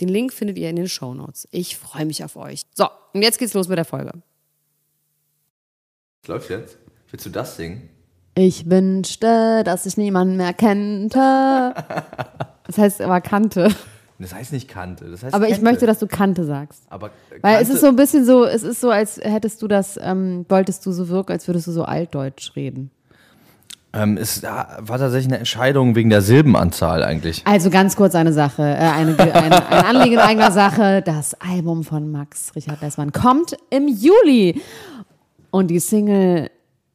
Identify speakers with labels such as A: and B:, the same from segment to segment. A: Den Link findet ihr in den Shownotes. Ich freue mich auf euch. So, und jetzt geht's los mit der Folge.
B: Läuft jetzt? Willst du das singen?
A: Ich wünschte, dass ich niemanden mehr kannte. Das heißt aber kannte.
B: Das heißt nicht Kante. Das heißt
A: Aber ich
B: Kante.
A: möchte, dass du kannte sagst.
B: Aber
A: Weil
B: Kante-
A: es ist so ein bisschen so, es ist so, als hättest du das, ähm, wolltest du so wirken, als würdest du so altdeutsch reden.
B: ähm, es ah, war tatsächlich eine Entscheidung wegen der Silbenanzahl eigentlich.
A: Also ganz kurz eine Sache, äh, eine, eine, ein Anliegen in eigener Sache. Das Album von Max Richard Lessmann kommt im Juli. Und die Single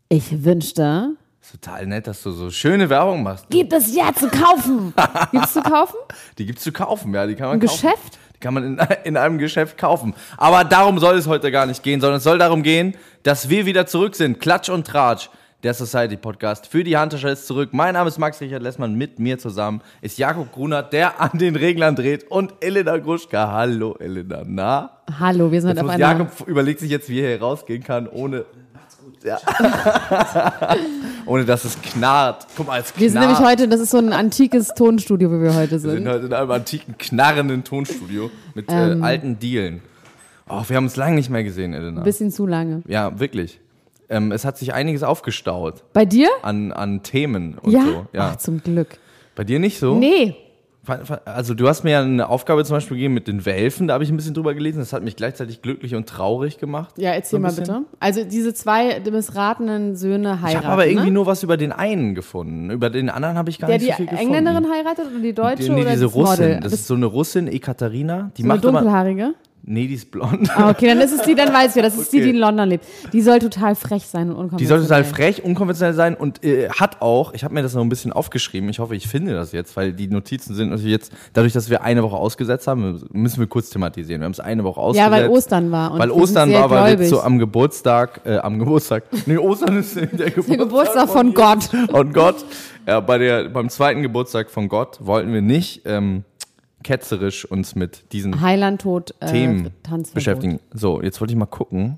A: Ich wünschte
B: Ist total nett, dass du so schöne Werbung machst.
A: gibt es ja zu kaufen. Gibt's zu kaufen?
B: Die gibt's zu kaufen, ja, die kann man
A: Im
B: kaufen.
A: Geschäft?
B: Die kann man in, in einem Geschäft kaufen. Aber darum soll es heute gar nicht gehen, sondern es soll darum gehen, dass wir wieder zurück sind. Klatsch und Tratsch, der Society Podcast für die Handtasche ist zurück. Mein Name ist Max Richard Lessmann, mit mir zusammen ist Jakob Grunert, der an den Reglern dreht und Elena Gruschka. Hallo Elena, na?
A: Hallo, wir sind
B: Jetzt
A: auf
B: muss
A: einer.
B: Jakob überlegt sich jetzt, wie er hier rausgehen kann, ohne. Ja. ohne dass es knarrt. Guck mal, es knarrt.
A: wir sind nämlich heute, das ist so ein antikes Tonstudio, wo wir heute
B: Wir sind
A: sind.
B: heute in einem antiken, knarrenden Tonstudio mit
A: Ähm.
B: äh, alten Dielen. Oh, wir haben uns lange nicht mehr gesehen, Elena.
A: Bisschen zu lange.
B: ja, wirklich. Ähm, es hat sich einiges aufgestaut
A: Bei dir?
B: an, an Themen und
A: ja?
B: so. Ja.
A: Ach, zum Glück.
B: Bei dir nicht so?
A: Nee,
B: Fa- fa- Also du hast mir ja eine Aufgabe zum Beispiel gegeben mit den Welfen, da habe ich ein bisschen drüber gelesen. Das hat mich gleichzeitig glücklich und traurig gemacht.
A: Ja,
B: So
A: erzähl
B: ein
A: mal
B: bisschen.
A: bitte. Also diese zwei missratenen Söhne heiraten.
B: Ich habe aber irgendwie
A: ne?
B: nur was über den einen gefunden. Über den anderen habe ich gar
A: Der
B: nicht
A: die
B: so viel gefunden.
A: Engländerin heiratet und die Deutsche
B: die, nee,
A: oder
B: diese
A: das Model?
B: Russin. Das
A: Das
B: ist so eine Russin, Ekaterina. Die
A: so eine
B: macht immer.
A: dunkelhaarige.
B: Nee, die ist blond.
A: Ah, okay, dann ist es die, dann weiß ich ja, das ist die,
B: Okay.
A: die in London lebt. Die soll total frech sein und unkonventionell.
B: Die sollte total frech, unkonventionell sein und äh, hat auch, ich habe mir das noch ein bisschen aufgeschrieben, ich hoffe, ich finde das jetzt, weil die Notizen sind natürlich jetzt, dadurch, dass wir eine Woche ausgesetzt haben, müssen wir kurz thematisieren. Wir haben es eine Woche
A: Ja,
B: ausgesetzt.
A: weil Ostern war. Und
B: Weil
A: wir sind
B: Ostern
A: sehr
B: war, weil
A: gläubig.
B: jetzt so am Geburtstag, äh, am Geburtstag, nee, Ostern ist der Geburtstag,
A: Der Geburtstag von Gott.
B: Und Gott, ja, bei der, beim zweiten Geburtstag von Gott wollten wir nicht ähm, ketzerisch uns mit diesen
A: Heiland, Tod, äh,
B: Themen
A: Tanzverbot.
B: beschäftigen. So, jetzt wollte ich mal gucken.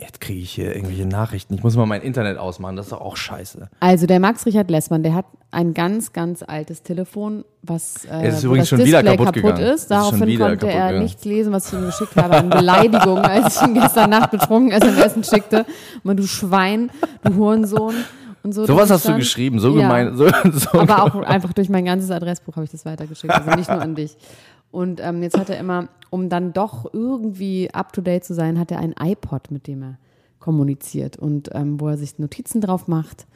B: Jetzt kriege ich hier irgendwelche Nachrichten. Ich muss mal mein Internet ausmachen, das ist doch auch scheiße.
A: Also der Max Richard Lessmann, der hat ein ganz, ganz altes Telefon, was äh,
B: Es ist
A: wo
B: übrigens
A: das
B: schon
A: Display
B: wieder kaputt gegangen. Es
A: ist.
B: ist schon
A: Daraufhin
B: wieder
A: konnte
B: kaputt
A: er
B: gegangen.
A: nichts lesen, was ich ihm geschickt habe an Beleidigungen, als ich ihm gestern Nacht betrunken SMS schickte. Immer du Schwein, du Hurensohn und so.
B: Sowas
A: Da
B: hast du
A: stand-
B: geschrieben, so
A: Ja.
B: gemein. So, so
A: Aber auch einfach durch mein ganzes Adressbuch habe ich das weitergeschickt, also nicht nur an dich. Und ähm, jetzt hat er immer, um dann doch irgendwie up to date zu sein, hat er ein iPod, mit dem er kommuniziert und ähm, wo er sich Notizen drauf macht,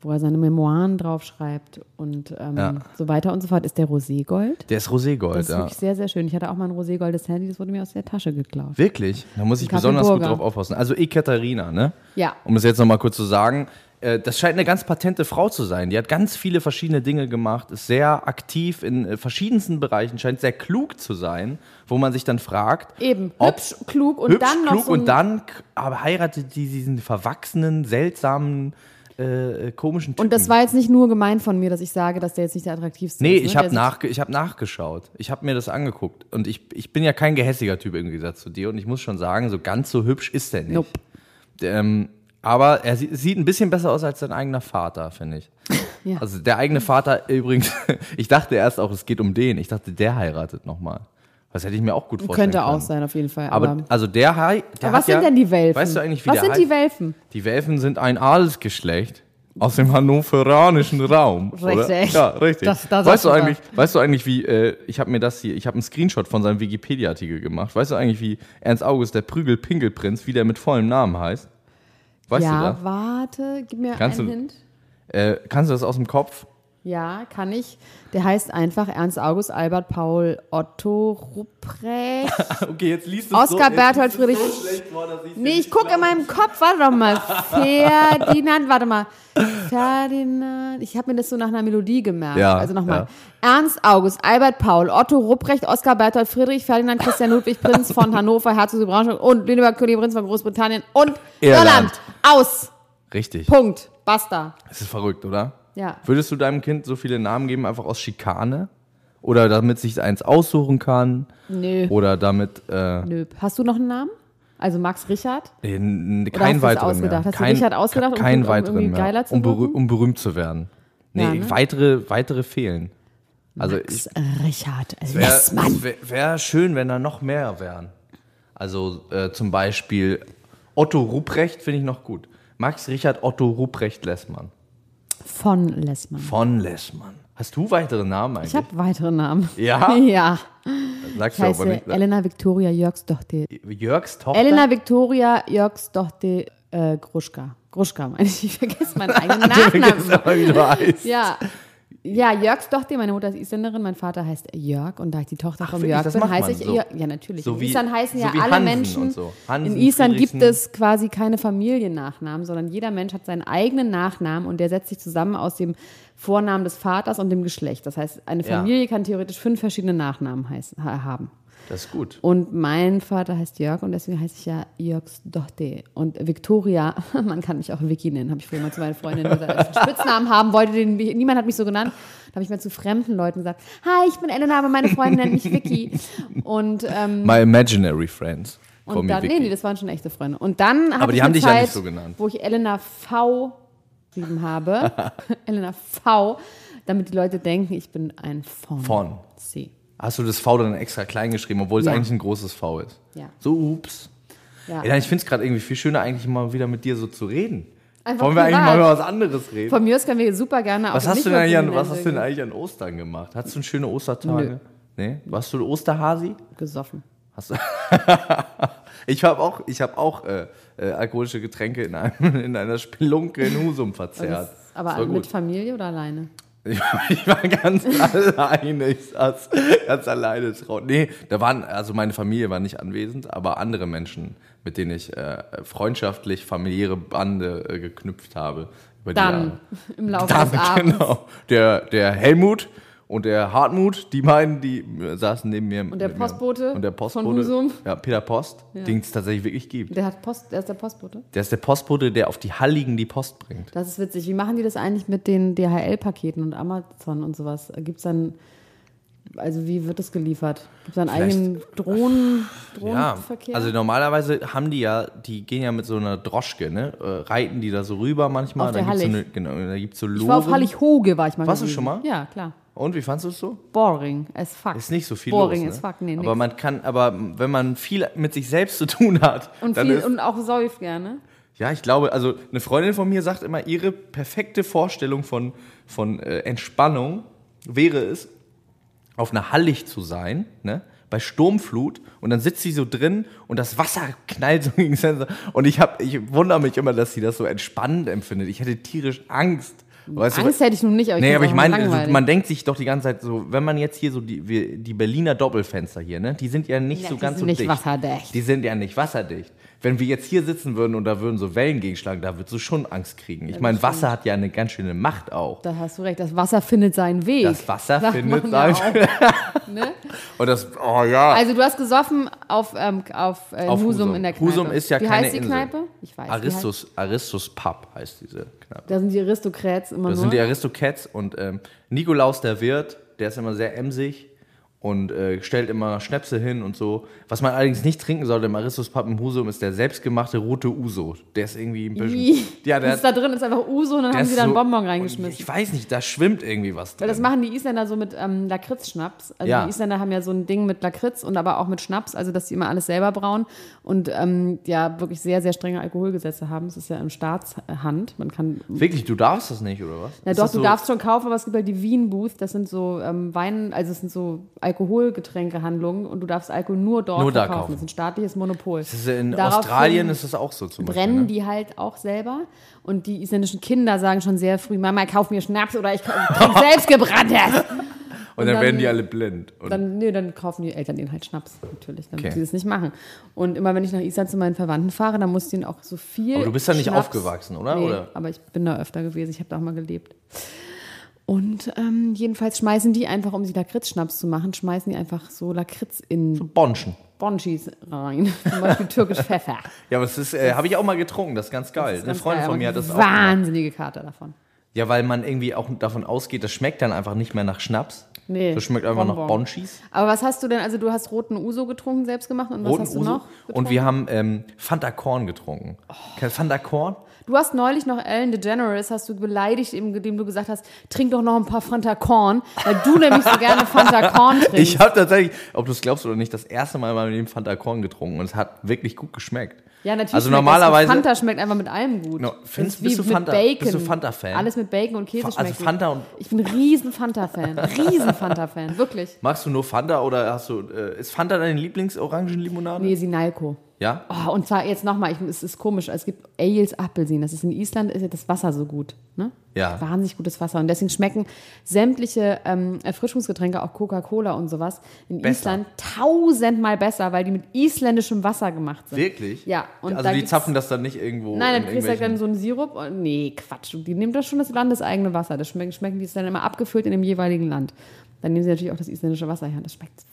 A: wo er seine Memoiren drauf schreibt und ähm,
B: Ja.
A: so weiter und so fort. Ist der Roségold?
B: der ist Roségold,
A: Das ist
B: ja.
A: wirklich sehr, sehr schön. Ich hatte auch mal ein roségoldes Handy, das wurde mir aus der Tasche geklaut.
B: Wirklich? Da muss ich
A: Kaffee
B: besonders gut
A: Burger.
B: drauf aufpassen. Also Ekaterina, ne?
A: Ja.
B: Um es jetzt nochmal kurz zu sagen. äh, Das scheint eine ganz patente Frau zu sein. Die hat ganz viele verschiedene Dinge gemacht, ist sehr aktiv in äh, verschiedensten Bereichen, scheint sehr klug zu sein, wo man sich dann fragt,
A: Eben,
B: ob-
A: hübsch, klug und
B: hübsch,
A: dann noch
B: klug
A: so ein
B: und dann k- aber heiratet die diesen verwachsenen, seltsamen, äh, äh, komischen Typen.
A: Und das war jetzt nicht nur gemein von mir, dass ich sage, dass der jetzt nicht der attraktivste
B: nee,
A: ist. ne?
B: ich habe
A: Der sieht-
B: nachge ich hab nachgeschaut. Ich habe mir das angeguckt. Und ich, ich bin ja kein gehässiger Typ im Gegensatz zu dir. Und ich muss schon sagen, so ganz so hübsch ist er nicht.
A: Nope.
B: Ähm, aber er sie- sieht ein bisschen besser aus als sein eigener Vater, finde ich.
A: Ja.
B: Also der eigene Vater übrigens, ich dachte erst auch, es geht um den. Ich dachte, der heiratet nochmal. Das hätte ich mir auch gut vorstellen
A: Könnte auch
B: können.
A: sein, auf jeden Fall. Aber,
B: Aber also der Hai.
A: aber
B: Der hat
A: was sind
B: ja,
A: denn die Welfen?
B: Weißt du eigentlich, wie
A: was
B: der
A: sind
B: Hai-
A: die Welfen?
B: Die Welfen sind ein Adelsgeschlecht aus dem hannoveranischen Raum. Oder?
A: Richtig.
B: Ja, richtig.
A: Das- da
B: weißt,
A: sagst
B: du
A: du was.
B: eigentlich, weißt du eigentlich, wie, äh, ich habe mir das hier, ich habe einen Screenshot von seinem Wikipedia-Artikel gemacht. Weißt du eigentlich, wie Ernst August, der Prügel-Pinkelprinz, wie der mit vollem Namen heißt? Weißt
A: ja,
B: du
A: warte, gib mir
B: Kannst
A: einen
B: du-
A: Hint.
B: das? Äh, kannst du das aus dem Kopf?
A: Ja, kann ich. Der heißt einfach Ernst August Albert Paul Otto Rupprecht.
B: Okay, jetzt liest du
A: Oskar Berthold Friedrich.
B: So schlecht vor, dass ich's
A: Nee,
B: nicht
A: ich gucke in meinem Kopf, warte doch mal. Ferdinand, warte mal. Ferdinand, ich habe mir das so nach einer Melodie gemerkt.
B: Ja,
A: also nochmal. Ernst August, Albert Paul, Otto Rupprecht, Oskar Berthold Friedrich, Ferdinand Christian Ludwig Prinz von Hannover, Herzog zu Braunschweig und Lüneburg König Prinz von Großbritannien und
B: Irland.
A: Irland. Aus.
B: Richtig.
A: Punkt. Basta.
B: Das ist verrückt, oder?
A: Ja.
B: Würdest du deinem Kind so viele Namen geben, einfach aus Schikane? Oder damit sich eins aussuchen kann?
A: Nö.
B: Oder damit äh,
A: Nö. Hast du noch einen Namen? Also Max Richard?
B: n- n-
A: Oder hast
B: keinen
A: du es
B: weiteren
A: ausgedacht?
B: mehr.
A: Hast du Richard ausgedacht, um-
B: keinen
A: um
B: weiteren
A: irgendwie
B: mehr.
A: geiler zu
B: um, berü
A: wirken?
B: um berühmt zu werden. Nee,
A: Ja, ne?
B: weitere, weitere fehlen. Also ich,
A: Max Äh, Richard. Also
B: wär-
A: yes, Mann.
B: es wär- wär schön, wenn da noch mehr wären. Also äh, zum Beispiel Otto Ruprecht finde ich noch gut. Max Richard Otto Ruprecht Lessmann.
A: Von Lessmann.
B: Von Lessmann. Hast du weitere Namen eigentlich?
A: Ich habe weitere Namen.
B: Ja?
A: Ja.
B: Sagst
A: Ich
B: du aber
A: heiße
B: nicht.
A: Elena Victoria Jörgsdochtel.
B: Jörgs Tochter?
A: Elena Victoria Jörgsdochtel äh, Gruschka. Gruschka meine ich. Ich vergesse meinen eigenen Nachnamen.
B: aber, wie du heißt.
A: Ja. Ja, Jörgsdochtel. Meine Mutter ist Isländerin, mein Vater heißt Jörg. Und da ich die Tochter von
B: wirklich?
A: Jörg
B: Das
A: bin,
B: macht
A: heiße
B: man
A: ich
B: so.
A: Jörg. Ja, natürlich.
B: So
A: In
B: wie-
A: Island heißen
B: so
A: ja
B: wie
A: alle
B: Hansen und
A: Menschen.
B: so. Hansen,
A: in Island
B: Friedrichsen.
A: gibt es quasi keine Familiennachnamen, sondern jeder Mensch hat seinen eigenen Nachnamen und der setzt sich zusammen aus dem Vornamen des Vaters und dem Geschlecht. Das heißt, eine
B: Ja.
A: Familie kann theoretisch fünf verschiedene Nachnamen heißen, ha- haben.
B: Das ist gut.
A: Und mein Vater heißt Jörg und deswegen heiße ich ja Jörgs Dochte. Und Victoria, man kann mich auch Vicky nennen, habe ich früher mal zu meiner Freundin gesagt, als ich einen Spitznamen haben wollte, den niemand hat mich so genannt. Da habe ich mal zu fremden Leuten gesagt, hi, ich bin Elena, aber meine Freundin nennt mich Vicky. Und, ähm,
B: My imaginary friends. Call
A: und
B: me
A: dann, nee,
B: Vicky.
A: nee, das waren schon echte Freunde. Und dann hatte
B: Aber die
A: ich
B: haben
A: eine
B: dich ja
A: Zeit,
B: nicht so genannt.
A: Wo ich Elena V geschrieben habe. Elena V, damit die Leute denken, ich bin ein von.
B: Von.
A: C.
B: Hast du das V dann extra klein geschrieben, obwohl es
A: Ja.
B: eigentlich ein großes V ist?
A: Ja.
B: So, ups.
A: Ja.
B: Ey, dann, ich finde es gerade irgendwie viel schöner, eigentlich mal wieder mit dir so zu reden.
A: Einfach
B: Wollen wir eigentlich mal
A: privat.
B: über was anderes reden?
A: Von mir aus können wir super gerne auch
B: was hast,
A: nicht
B: du denn eigentlich
A: über
B: an, was hast du denn
A: Kriminelle
B: eigentlich an Ostern gemacht? Hattest du einen schönen Ostertage? Nee? Warst du Osterhasi?
A: Gesoffen.
B: Hast du ich habe auch, ich hab auch äh, äh, alkoholische Getränke in, einem, in einer Spelunke in Husum verzehrt.
A: Das, Also aber
B: Das war
A: mit
B: gut.
A: Familie oder alleine?
B: Ich war, ich war ganz alleine. Ich saß ganz alleine draußen. Nee, da waren, also meine Familie war nicht anwesend, aber andere Menschen, mit denen ich äh, freundschaftlich familiäre Bande äh, geknüpft habe. Über die Jahre.
A: Dann, im Laufe
B: Dann,
A: des Abends.
B: genau. Der, der Helmut und der Hartmut, die meinen, die äh, saßen neben mir. Und
A: der Postbote
B: Und der
A: von
B: Postbote.
A: Husum.
B: Ja, Peter Post, den es tatsächlich wirklich gibt.
A: Der hat Post, der ist der Postbote.
B: Der ist der Postbote, der auf die Halligen die Post bringt.
A: Das ist witzig. Wie machen die das eigentlich mit den DHL-Paketen und Amazon und sowas? Gibt es dann, also wie wird das geliefert? Gibt es dann
B: Vielleicht-
A: eigenen Drohnen,
B: Ja,
A: Drohnenverkehr?
B: also normalerweise haben die ja, die gehen ja mit so einer Droschke, ne? Äh, Reiten die da so rüber manchmal.
A: Auf
B: da
A: der
B: gibt's so
A: Hallig.
B: eine, genau, da gibt's so Loren.
A: ich war auf Hallig-Hoge, war ich mal
B: Warst du
A: gewesen.
B: schon mal?
A: Ja, klar.
B: Und wie fandst du es so?
A: Boring as fuck.
B: Ist nicht so viel
A: Boring
B: los.
A: as
B: ne?
A: fuck, nee,
B: aber
A: nix.
B: man kann, aber wenn man viel mit sich selbst zu tun hat,
A: Und,
B: dann
A: viel,
B: ist,
A: und auch ne? säuft gerne.
B: ja, ich glaube, also eine Freundin von mir sagt immer, ihre perfekte Vorstellung von von äh, Entspannung wäre es, auf einer Hallig zu sein, ne? bei Sturmflut und dann sitzt sie so drin und das Wasser knallt so gegen das Fenster. und ich hab, ich wundere mich immer, dass sie das so entspannend empfindet. Ich hätte tierisch Angst. Weißt
A: Angst hätte ich nun nicht, aber ich
B: nee,
A: find's
B: aber
A: auch
B: ich meine,
A: langweilig.
B: also man denkt sich doch die ganze Zeit so, wenn man jetzt hier so die, wir, die Berliner Doppelfenster hier, ne, die sind ja nicht
A: Ja,
B: so
A: die
B: ganz
A: sind
B: so
A: nicht
B: dicht.
A: wasserdicht.
B: Die sind ja nicht wasserdicht. Wenn wir jetzt hier sitzen würden und da würden so Wellen gegenschlagen, da würdest du schon Angst kriegen. Ich meine, Wasser hat ja eine ganz schöne Macht auch.
A: Da hast du recht, das Wasser findet seinen Weg.
B: Das Wasser
A: Sagt
B: findet
A: man ja
B: seinen
A: auch, ne?
B: Und das, oh ja.
A: Also du hast gesoffen auf, ähm, auf, äh,
B: Auf
A: Husum,
B: Husum.
A: in der Kneipe.
B: Husum ist ja
A: Wie
B: keine
A: heißt die
B: Insel.
A: Kneipe? Ich weiß. wie heißt-
B: Aristus, Aristus Pub heißt diese Kneipe.
A: Da sind die Aristokrats immer
B: Das
A: nur.
B: sind die Aristocats und ähm, Nikolaus der Wirt, der ist immer sehr emsig und äh, stellt immer Schnäpse hin und so. Was man allerdings nicht trinken sollte im Aristus Pub im Husum ist der selbstgemachte rote Uso. Der ist irgendwie ein bisschen.
A: Ii.
B: Ja, der,
A: das ist da drin, ist einfach Uso und dann
B: der
A: haben
B: ist
A: sie da einen
B: so-
A: Bonbon
B: Und
A: reingeschmissen.
B: Ich weiß nicht, da schwimmt irgendwie was
A: Weil
B: drin.
A: das machen die Isländer so mit ähm, Lakritz-Schnaps. Also
B: Ja.
A: die Isländer haben ja so ein Ding mit Lakritz und aber auch mit Schnaps, also dass die immer alles selber brauen und ähm, ja wirklich sehr, sehr strenge Alkoholgesetze haben. Es ist ja in Staatshand. Man kann.
B: Wirklich, du darfst das nicht, oder was?
A: Na
B: Ist
A: doch,
B: das
A: du
B: so-
A: darfst schon kaufen, aber es gibt halt die Wien-Booth, das sind so ähm, Wein, also es sind so Alkoholgetränkehandlungen und du darfst Alkohol nur dort
B: Nur da
A: verkaufen.
B: kaufen.
A: Das ist ein staatliches Monopol.
B: Das ist ja in
A: Daraufhin
B: Australien ist das auch so zum
A: brennen
B: Beispiel. ne?
A: die halt auch selber und die isländischen Kinder sagen schon sehr früh, Mama, kauf mir Schnaps oder ich trinke selbst gebranntes.
B: Ne? Und dann
A: dann-
B: werden die alle blind. Und
A: Dann, nee, dann kaufen die Eltern ihnen halt Schnaps, natürlich, damit
B: Okay.
A: sie das nicht machen. Und immer wenn ich nach Island zu meinen Verwandten fahre, dann muss ich ihnen auch so viel.
B: Aber du bist da nicht
A: Schnaps-
B: aufgewachsen, oder?
A: Nee,
B: Oder?
A: aber ich bin da öfter gewesen, ich habe da auch mal gelebt. Und ähm, jedenfalls schmeißen die einfach, um sie Lakritz-Schnaps zu machen, schmeißen die einfach so Lakritz in
B: Bonschen.
A: Bonchis rein. Zum Beispiel türkisch Pfeffer.
B: Ja, aber das ist, äh, habe ich auch mal getrunken, das ist ganz geil.
A: Das ist
B: Eine
A: ganz
B: Freundin
A: geil,
B: von mir
A: aber
B: hat das auch. gemacht.
A: Wahnsinnige Karte davon.
B: Ja, weil man irgendwie auch davon ausgeht, das schmeckt dann einfach nicht mehr nach Schnaps.
A: Nee,
B: Das schmeckt einfach nach
A: Bonbon.
B: Bonschis.
A: Aber was hast du denn? Also, du hast roten Uso getrunken, selbst gemacht. Und was
B: Roten
A: hast du
B: Uso.
A: noch? Oh.
B: Und wir haben ähm, Fanta Korn getrunken. Kennst du Fanta Korn?
A: Du hast neulich noch Ellen DeGeneres, hast du beleidigt, indem du gesagt hast, trink doch noch ein paar Fanta Korn, weil du nämlich so gerne Fanta Korn trinkst.
B: Ich habe tatsächlich, ob du es glaubst oder nicht, das erste Mal in meinem Leben Fanta Korn getrunken und es hat wirklich gut geschmeckt.
A: ja, natürlich.
B: Also
A: schmeckt das gut.
B: normalerweise-
A: Fanta schmeckt einfach mit allem gut.
B: No, findest-
A: Das ist
B: bist
A: wie
B: du
A: mit
B: Fanta-
A: Bacon.
B: bist du Fanta-Fan?
A: Alles mit Bacon und Käse
B: Fa- also
A: schmeckt gut.
B: Fanta und-
A: Ich bin riesen Fanta-Fan. Riesen Fanta-Fan. Wirklich.
B: Magst du nur Fanta oder hast du, äh, ist Fanta deine Lieblingsorangenlimonade?
A: Nee, Sinalco.
B: Ja?
A: Oh, und zwar jetzt nochmal, es ist komisch, es gibt Ales Apfelsinen. Das ist in Island, ist ja das Wasser so gut. Ne?
B: Ja.
A: Wahnsinnig gutes Wasser. Und deswegen schmecken sämtliche ähm, Erfrischungsgetränke, auch Coca-Cola und sowas, in
B: Besser.
A: Island tausendmal besser, weil die mit isländischem Wasser gemacht sind.
B: Wirklich?
A: Ja, und
B: also
A: da
B: die
A: gibt's-
B: zapfen das dann nicht irgendwo.
A: Nein,
B: in
A: dann kriegst du halt dann
B: irgendwelchen-
A: so einen Sirup. Und, nee, Quatsch. Die nehmen das schon das landeseigene Wasser. Das schmecken, schmecken die ist dann immer abgefüllt in dem jeweiligen Land. Dann nehmen sie natürlich auch das isländische Wasser her. Und das schmeckt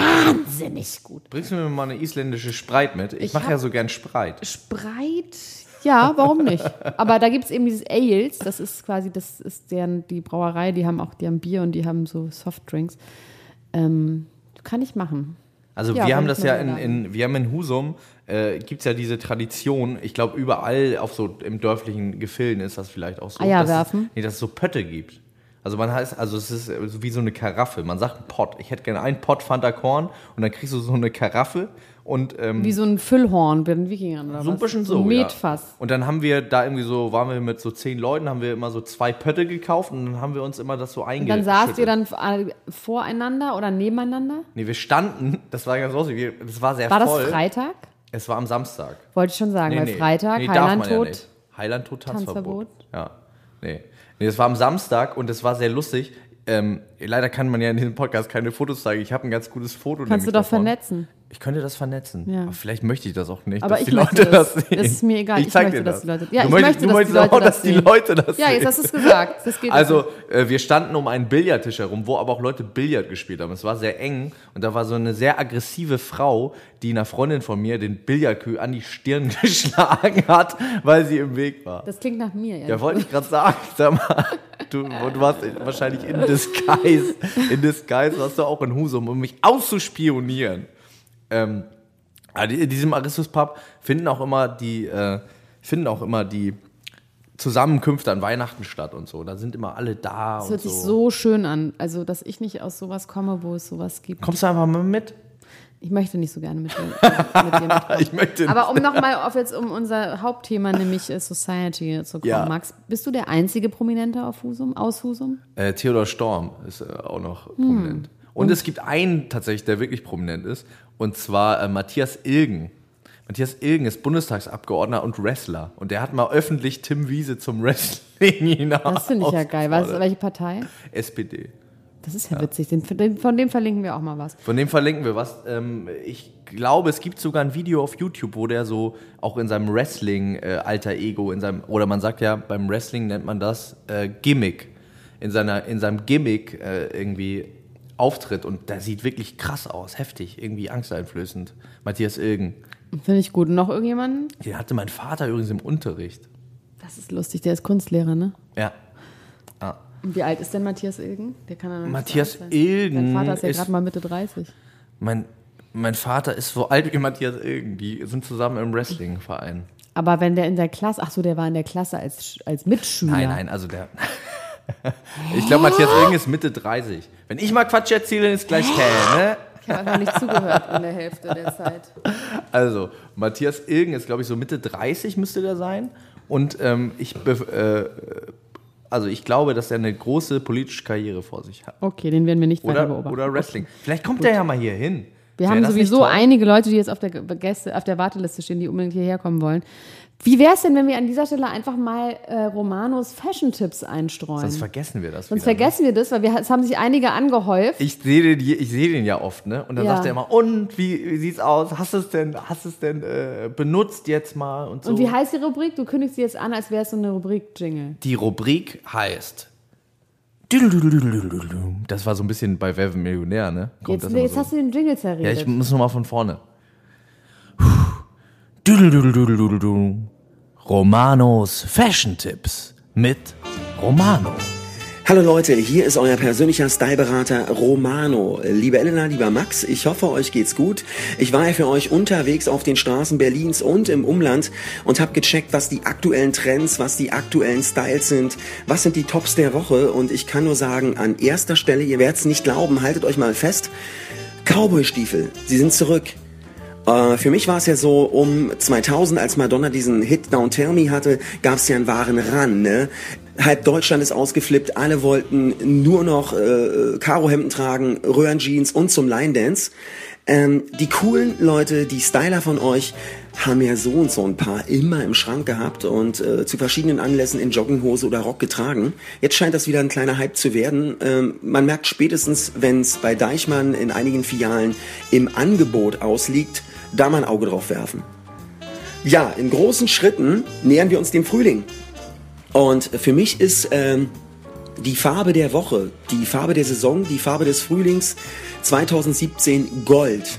A: wahnsinnig gut.
B: Bringst du mir mal eine isländische Spreit mit? Ich,
A: Ich
B: mache
A: hab-
B: ja so gern Spreit.
A: Spreit. Ja, warum nicht? Aber da gibt es eben dieses Ales, das ist quasi, das ist deren, die Brauerei, die haben auch, die haben Bier und die haben so Softdrinks. Ähm, kann ich machen.
B: Also
A: Ja,
B: wir haben
A: wenn ich
B: das
A: mal
B: ja
A: wieder
B: in,
A: da
B: in, wir haben in Husum, äh, gibt es ja diese Tradition, ich glaube überall, auf so im dörflichen Gefilden ist das vielleicht auch so.
A: Eier
B: dass es-
A: werfen?
B: Nee, dass es so Pötte gibt. Also man heißt, also es ist äh, so wie so eine Karaffe. Man sagt ein Pott. Ich hätte gerne einen Pott Fanta Korn und dann kriegst du so eine Karaffe und ähm,
A: Wie so ein Füllhorn bei den Wikingern oder
B: so ein
A: was?
B: bisschen
A: ein
B: so.
A: Metfass.
B: Ja. Und dann haben wir da irgendwie so, waren wir mit so zehn Leuten, haben wir immer so zwei Pötte gekauft und dann haben wir uns immer das so
A: Und
B: eingeschüttet.
A: dann saßt ihr dann äh, voreinander oder nebeneinander?
B: Nee, wir standen, das war ganz lustig, wir- das war sehr
A: War das
B: voll.
A: Freitag?
B: Es war am Samstag.
A: Wollte ich schon sagen, weil Freitag,
B: darf
A: Heiland
B: man ja
A: tot.
B: nicht. Heiland tot, Tanzverbot.
A: Tanzverbot.
B: Ja. Nee. nee, das war am Samstag und es war sehr lustig. Ähm, leider kann man ja in diesem Podcast keine Fotos zeigen. Ich habe ein ganz gutes Foto.
A: Kannst
B: nämlich
A: du doch
B: davon.
A: vernetzen.
B: Ich könnte das vernetzen.
A: Ja.
B: Aber vielleicht möchte ich das auch nicht,
A: Aber
B: dass
A: ich
B: die
A: möchte
B: Leute das,
A: das.
B: sehen.
A: Das ist mir egal. Ich
B: zeig
A: möchte,
B: dir
A: dass die Leute- Ja,
B: du
A: ich
B: möchtest,
A: möchte,
B: du
A: dass die
B: möchtest
A: Leute
B: auch,
A: das
B: dass die
A: sehen.
B: Leute das
A: Ja, jetzt
B: sehen.
A: hast du es gesagt. Das geht
B: Also, äh, wir standen um einen Billardtisch herum, wo aber auch Leute Billard gespielt haben. Es war sehr eng und da war so eine sehr aggressive Frau, die einer Freundin von mir den Billardkühl an die Stirn geschlagen hat, weil sie im Weg war.
A: Das klingt nach mir.
B: Ja, wollte ich gerade sagen. Sag mal, du, du warst wahrscheinlich in Disguise. In Disguise warst du auch in Husum, um mich auszuspionieren. Ähm, aber die- in diesem Aristus-Pub finden auch immer die, äh, finden auch immer die Zusammenkünfte an Weihnachten statt und so. Da sind immer alle da
A: Das
B: und
A: hört
B: so.
A: sich so schön an. Also, dass ich nicht aus sowas komme, wo es sowas gibt.
B: Kommst du einfach mal mit?
A: Ich möchte nicht so gerne mit dir, mit dir mitkommen.
B: Ich möchte
A: Aber um nochmal auf jetzt um unser Hauptthema, nämlich äh, Society zu kommen,
B: Ja.
A: Max, bist du der einzige Prominente auf Husum, aus Husum?
B: Äh, Theodor Storm ist äh, auch noch
A: Hm.
B: prominent. Und,
A: Oh.
B: es gibt einen tatsächlich, der wirklich prominent ist, und zwar äh, Matthias Ilgen. Matthias Ilgen ist Bundestagsabgeordneter und Wrestler. Und der hat mal öffentlich Tim Wiese zum Wrestling hinaus.
A: Das finde ich ja geil. Was, welche Partei?
B: SPD.
A: Das ist ja, witzig. Den, den, von dem verlinken wir auch mal was.
B: Von dem verlinken wir was. Ähm, ich glaube, es gibt sogar ein Video auf YouTube, wo der so auch in seinem Wrestling-Alter Ego, in seinem, oder man sagt ja, beim Wrestling nennt man das äh, Gimmick. In, seiner, in seinem Gimmick äh, irgendwie auftritt und der sieht wirklich krass aus, heftig, irgendwie angsteinflößend. Matthias Ilgen.
A: Finde ich gut. Und noch irgendjemanden?
B: Den hatte mein Vater übrigens im Unterricht.
A: Das ist lustig. Der ist Kunstlehrer, ne?
B: Ja.
A: Und wie alt ist denn Matthias Ilgen? Der kann ja noch nicht so
B: Matthias
A: alt sein. Dein
B: Ilgen.
A: Vater ist ja
B: ist
A: gerade mal Mitte 30.
B: mein, mein Vater ist so alt wie Matthias Ilgen. Die sind zusammen im Wrestling-Verein.
A: Aber wenn der in der Klasse, ach so, der war in der Klasse als, Sch- als Mitschüler.
B: Nein, nein, also der. ich glaube, Matthias Ring ist Mitte 30. Wenn ich mal Quatsch erzähle, dann ist gleich hell, ne?
A: Ich habe einfach nicht zugehört in der Hälfte der Zeit.
B: Also, Matthias Ilgen ist, glaube ich, so Mitte 30 müsste der sein. Und ähm, ich bef- äh, also ich glaube, dass er eine große politische Karriere vor sich hat.
A: Okay, den werden wir nicht weiter
B: Oder,
A: beobachten.
B: oder Wrestling. Vielleicht kommt er ja mal hier hin.
A: Wir
B: Wär
A: haben
B: das nicht
A: sowieso
B: toll?
A: einige Leute, die jetzt auf der, Ge- Gäste, auf der Warteliste stehen, die unbedingt hierher kommen wollen. Wie wäre es denn, wenn wir an dieser Stelle einfach mal äh, Romanos Fashion-Tipps einstreuen?
B: Sonst vergessen wir das
A: Sonst
B: wieder. ne?
A: vergessen wir das, weil wir, es haben sich einige angehäuft.
B: Ich sehe den, je- ich seh den ja oft, ne? Und dann
A: Ja.
B: sagt er immer, und wie, wie sieht's aus? Hast du es denn, hast du es denn äh, benutzt jetzt mal und so?
A: Und wie heißt die Rubrik? Du kündigst sie jetzt an, als wäre es so eine Rubrik-Jingle.
B: die Rubrik heißt. Das war so ein bisschen bei Wer wird Millionär, ne? Kommt
A: Jetzt,
B: das immer
A: jetzt
B: so.
A: hast du den Jingle
B: ja,
A: zerredet.
B: ich muss nochmal von vorne. Romanos Fashion Tipps mit Romano.
C: Hallo Leute, hier ist euer persönlicher Styleberater Romano. Liebe Elena, lieber Max, ich hoffe, euch geht's gut. Ich war ja für euch unterwegs auf den Straßen Berlins und im Umland und habe gecheckt, was die aktuellen Trends, was die aktuellen Styles sind, was sind die Tops der Woche und ich kann nur sagen, an erster Stelle, ihr werdet's nicht glauben, haltet euch mal fest, Cowboy-Stiefel, sie sind zurück. Äh, für mich war es ja so, um 2000, als Madonna diesen Hit Down Tell Me hatte, gab es ja einen wahren Run. Ne? Halb Deutschland ist ausgeflippt, alle wollten nur noch äh, Karohemden tragen, Röhrenjeans und zum Line Dance. Ähm, die coolen Leute, die Styler von euch, haben ja so und so ein paar immer im Schrank gehabt und äh, zu verschiedenen Anlässen in Jogginghose oder Rock getragen. Jetzt scheint das wieder ein kleiner Hype zu werden. Ähm, man merkt spätestens, wenn es bei Deichmann in einigen Filialen im Angebot ausliegt, da mal ein Auge drauf werfen. Ja, in großen Schritten nähern wir uns dem Frühling. Und für mich ist ähm, die Farbe der Woche, die Farbe der Saison, die Farbe des Frühlings 2017 Gold.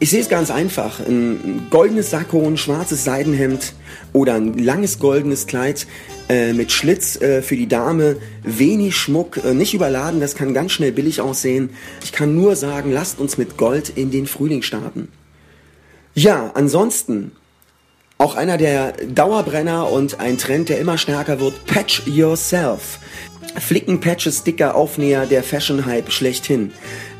C: Ich sehe es ganz einfach. Ein goldenes Sakko, ein schwarzes Seidenhemd oder ein langes goldenes Kleid äh, mit Schlitz äh, für die Dame. Wenig Schmuck, äh, nicht überladen, das kann ganz schnell billig aussehen. Ich kann nur sagen, lasst uns mit Gold in den Frühling starten. Ja, ansonsten auch einer der Dauerbrenner und ein Trend, der immer stärker wird, Patch Yourself. Flicken, Patches, Sticker, Aufnäher, der Fashion-Hype schlechthin.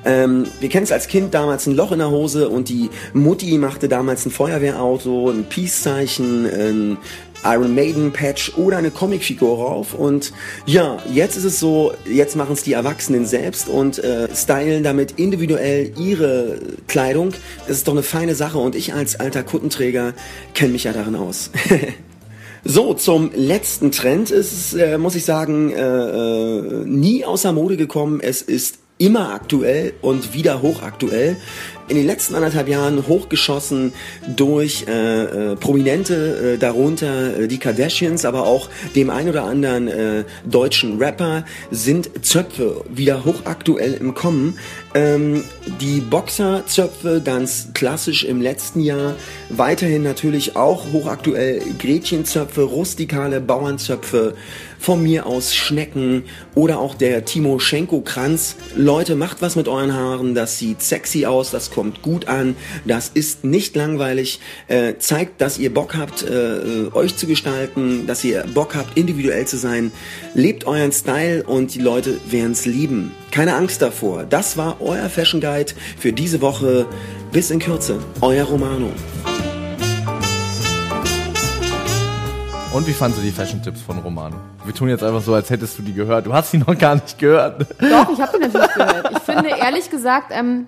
C: Ähm, wir kennen es als Kind damals ein Loch in der Hose und die Mutti machte damals ein Feuerwehrauto, ein Peace-Zeichen, ein Iron Maiden-Patch oder eine Comicfigur rauf. Und ja, jetzt ist es so, jetzt machen es die Erwachsenen selbst und äh, stylen damit individuell ihre Kleidung. Das ist doch eine feine Sache und ich als alter Kuttenträger kenne mich ja darin aus. So, zum letzten Trend Es ist, äh, muss ich sagen, äh, äh, nie außer Mode gekommen. Es ist immer aktuell und wieder hochaktuell. In den letzten anderthalb Jahren hochgeschossen durch äh, äh, Prominente, äh, darunter äh, die Kardashians, aber auch dem ein oder anderen äh, deutschen Rapper sind Zöpfe wieder hochaktuell im Kommen. Ähm, die Boxerzöpfe ganz klassisch im letzten Jahr, weiterhin natürlich auch hochaktuell Gretchenzöpfe, rustikale Bauernzöpfe, von mir aus Schnecken oder auch der Timo Schenko Kranz. Leute, macht was mit euren Haaren, das sieht sexy aus, das kommt gut an, das ist nicht langweilig, äh, zeigt, dass ihr Bock habt, äh, äh, euch zu gestalten, dass ihr Bock habt, individuell zu sein. Lebt euren Style und die Leute werden es lieben. Keine Angst davor. Das war euer Fashion Guide für diese Woche. Bis in Kürze, euer Romano.
B: Und wie fandst du die Fashion-Tipps von Romano? Wir tun jetzt einfach so, als hättest du die gehört. Du hast sie noch gar nicht gehört.
A: Doch, ich habe den natürlich gehört. Ich finde, ehrlich gesagt, ähm,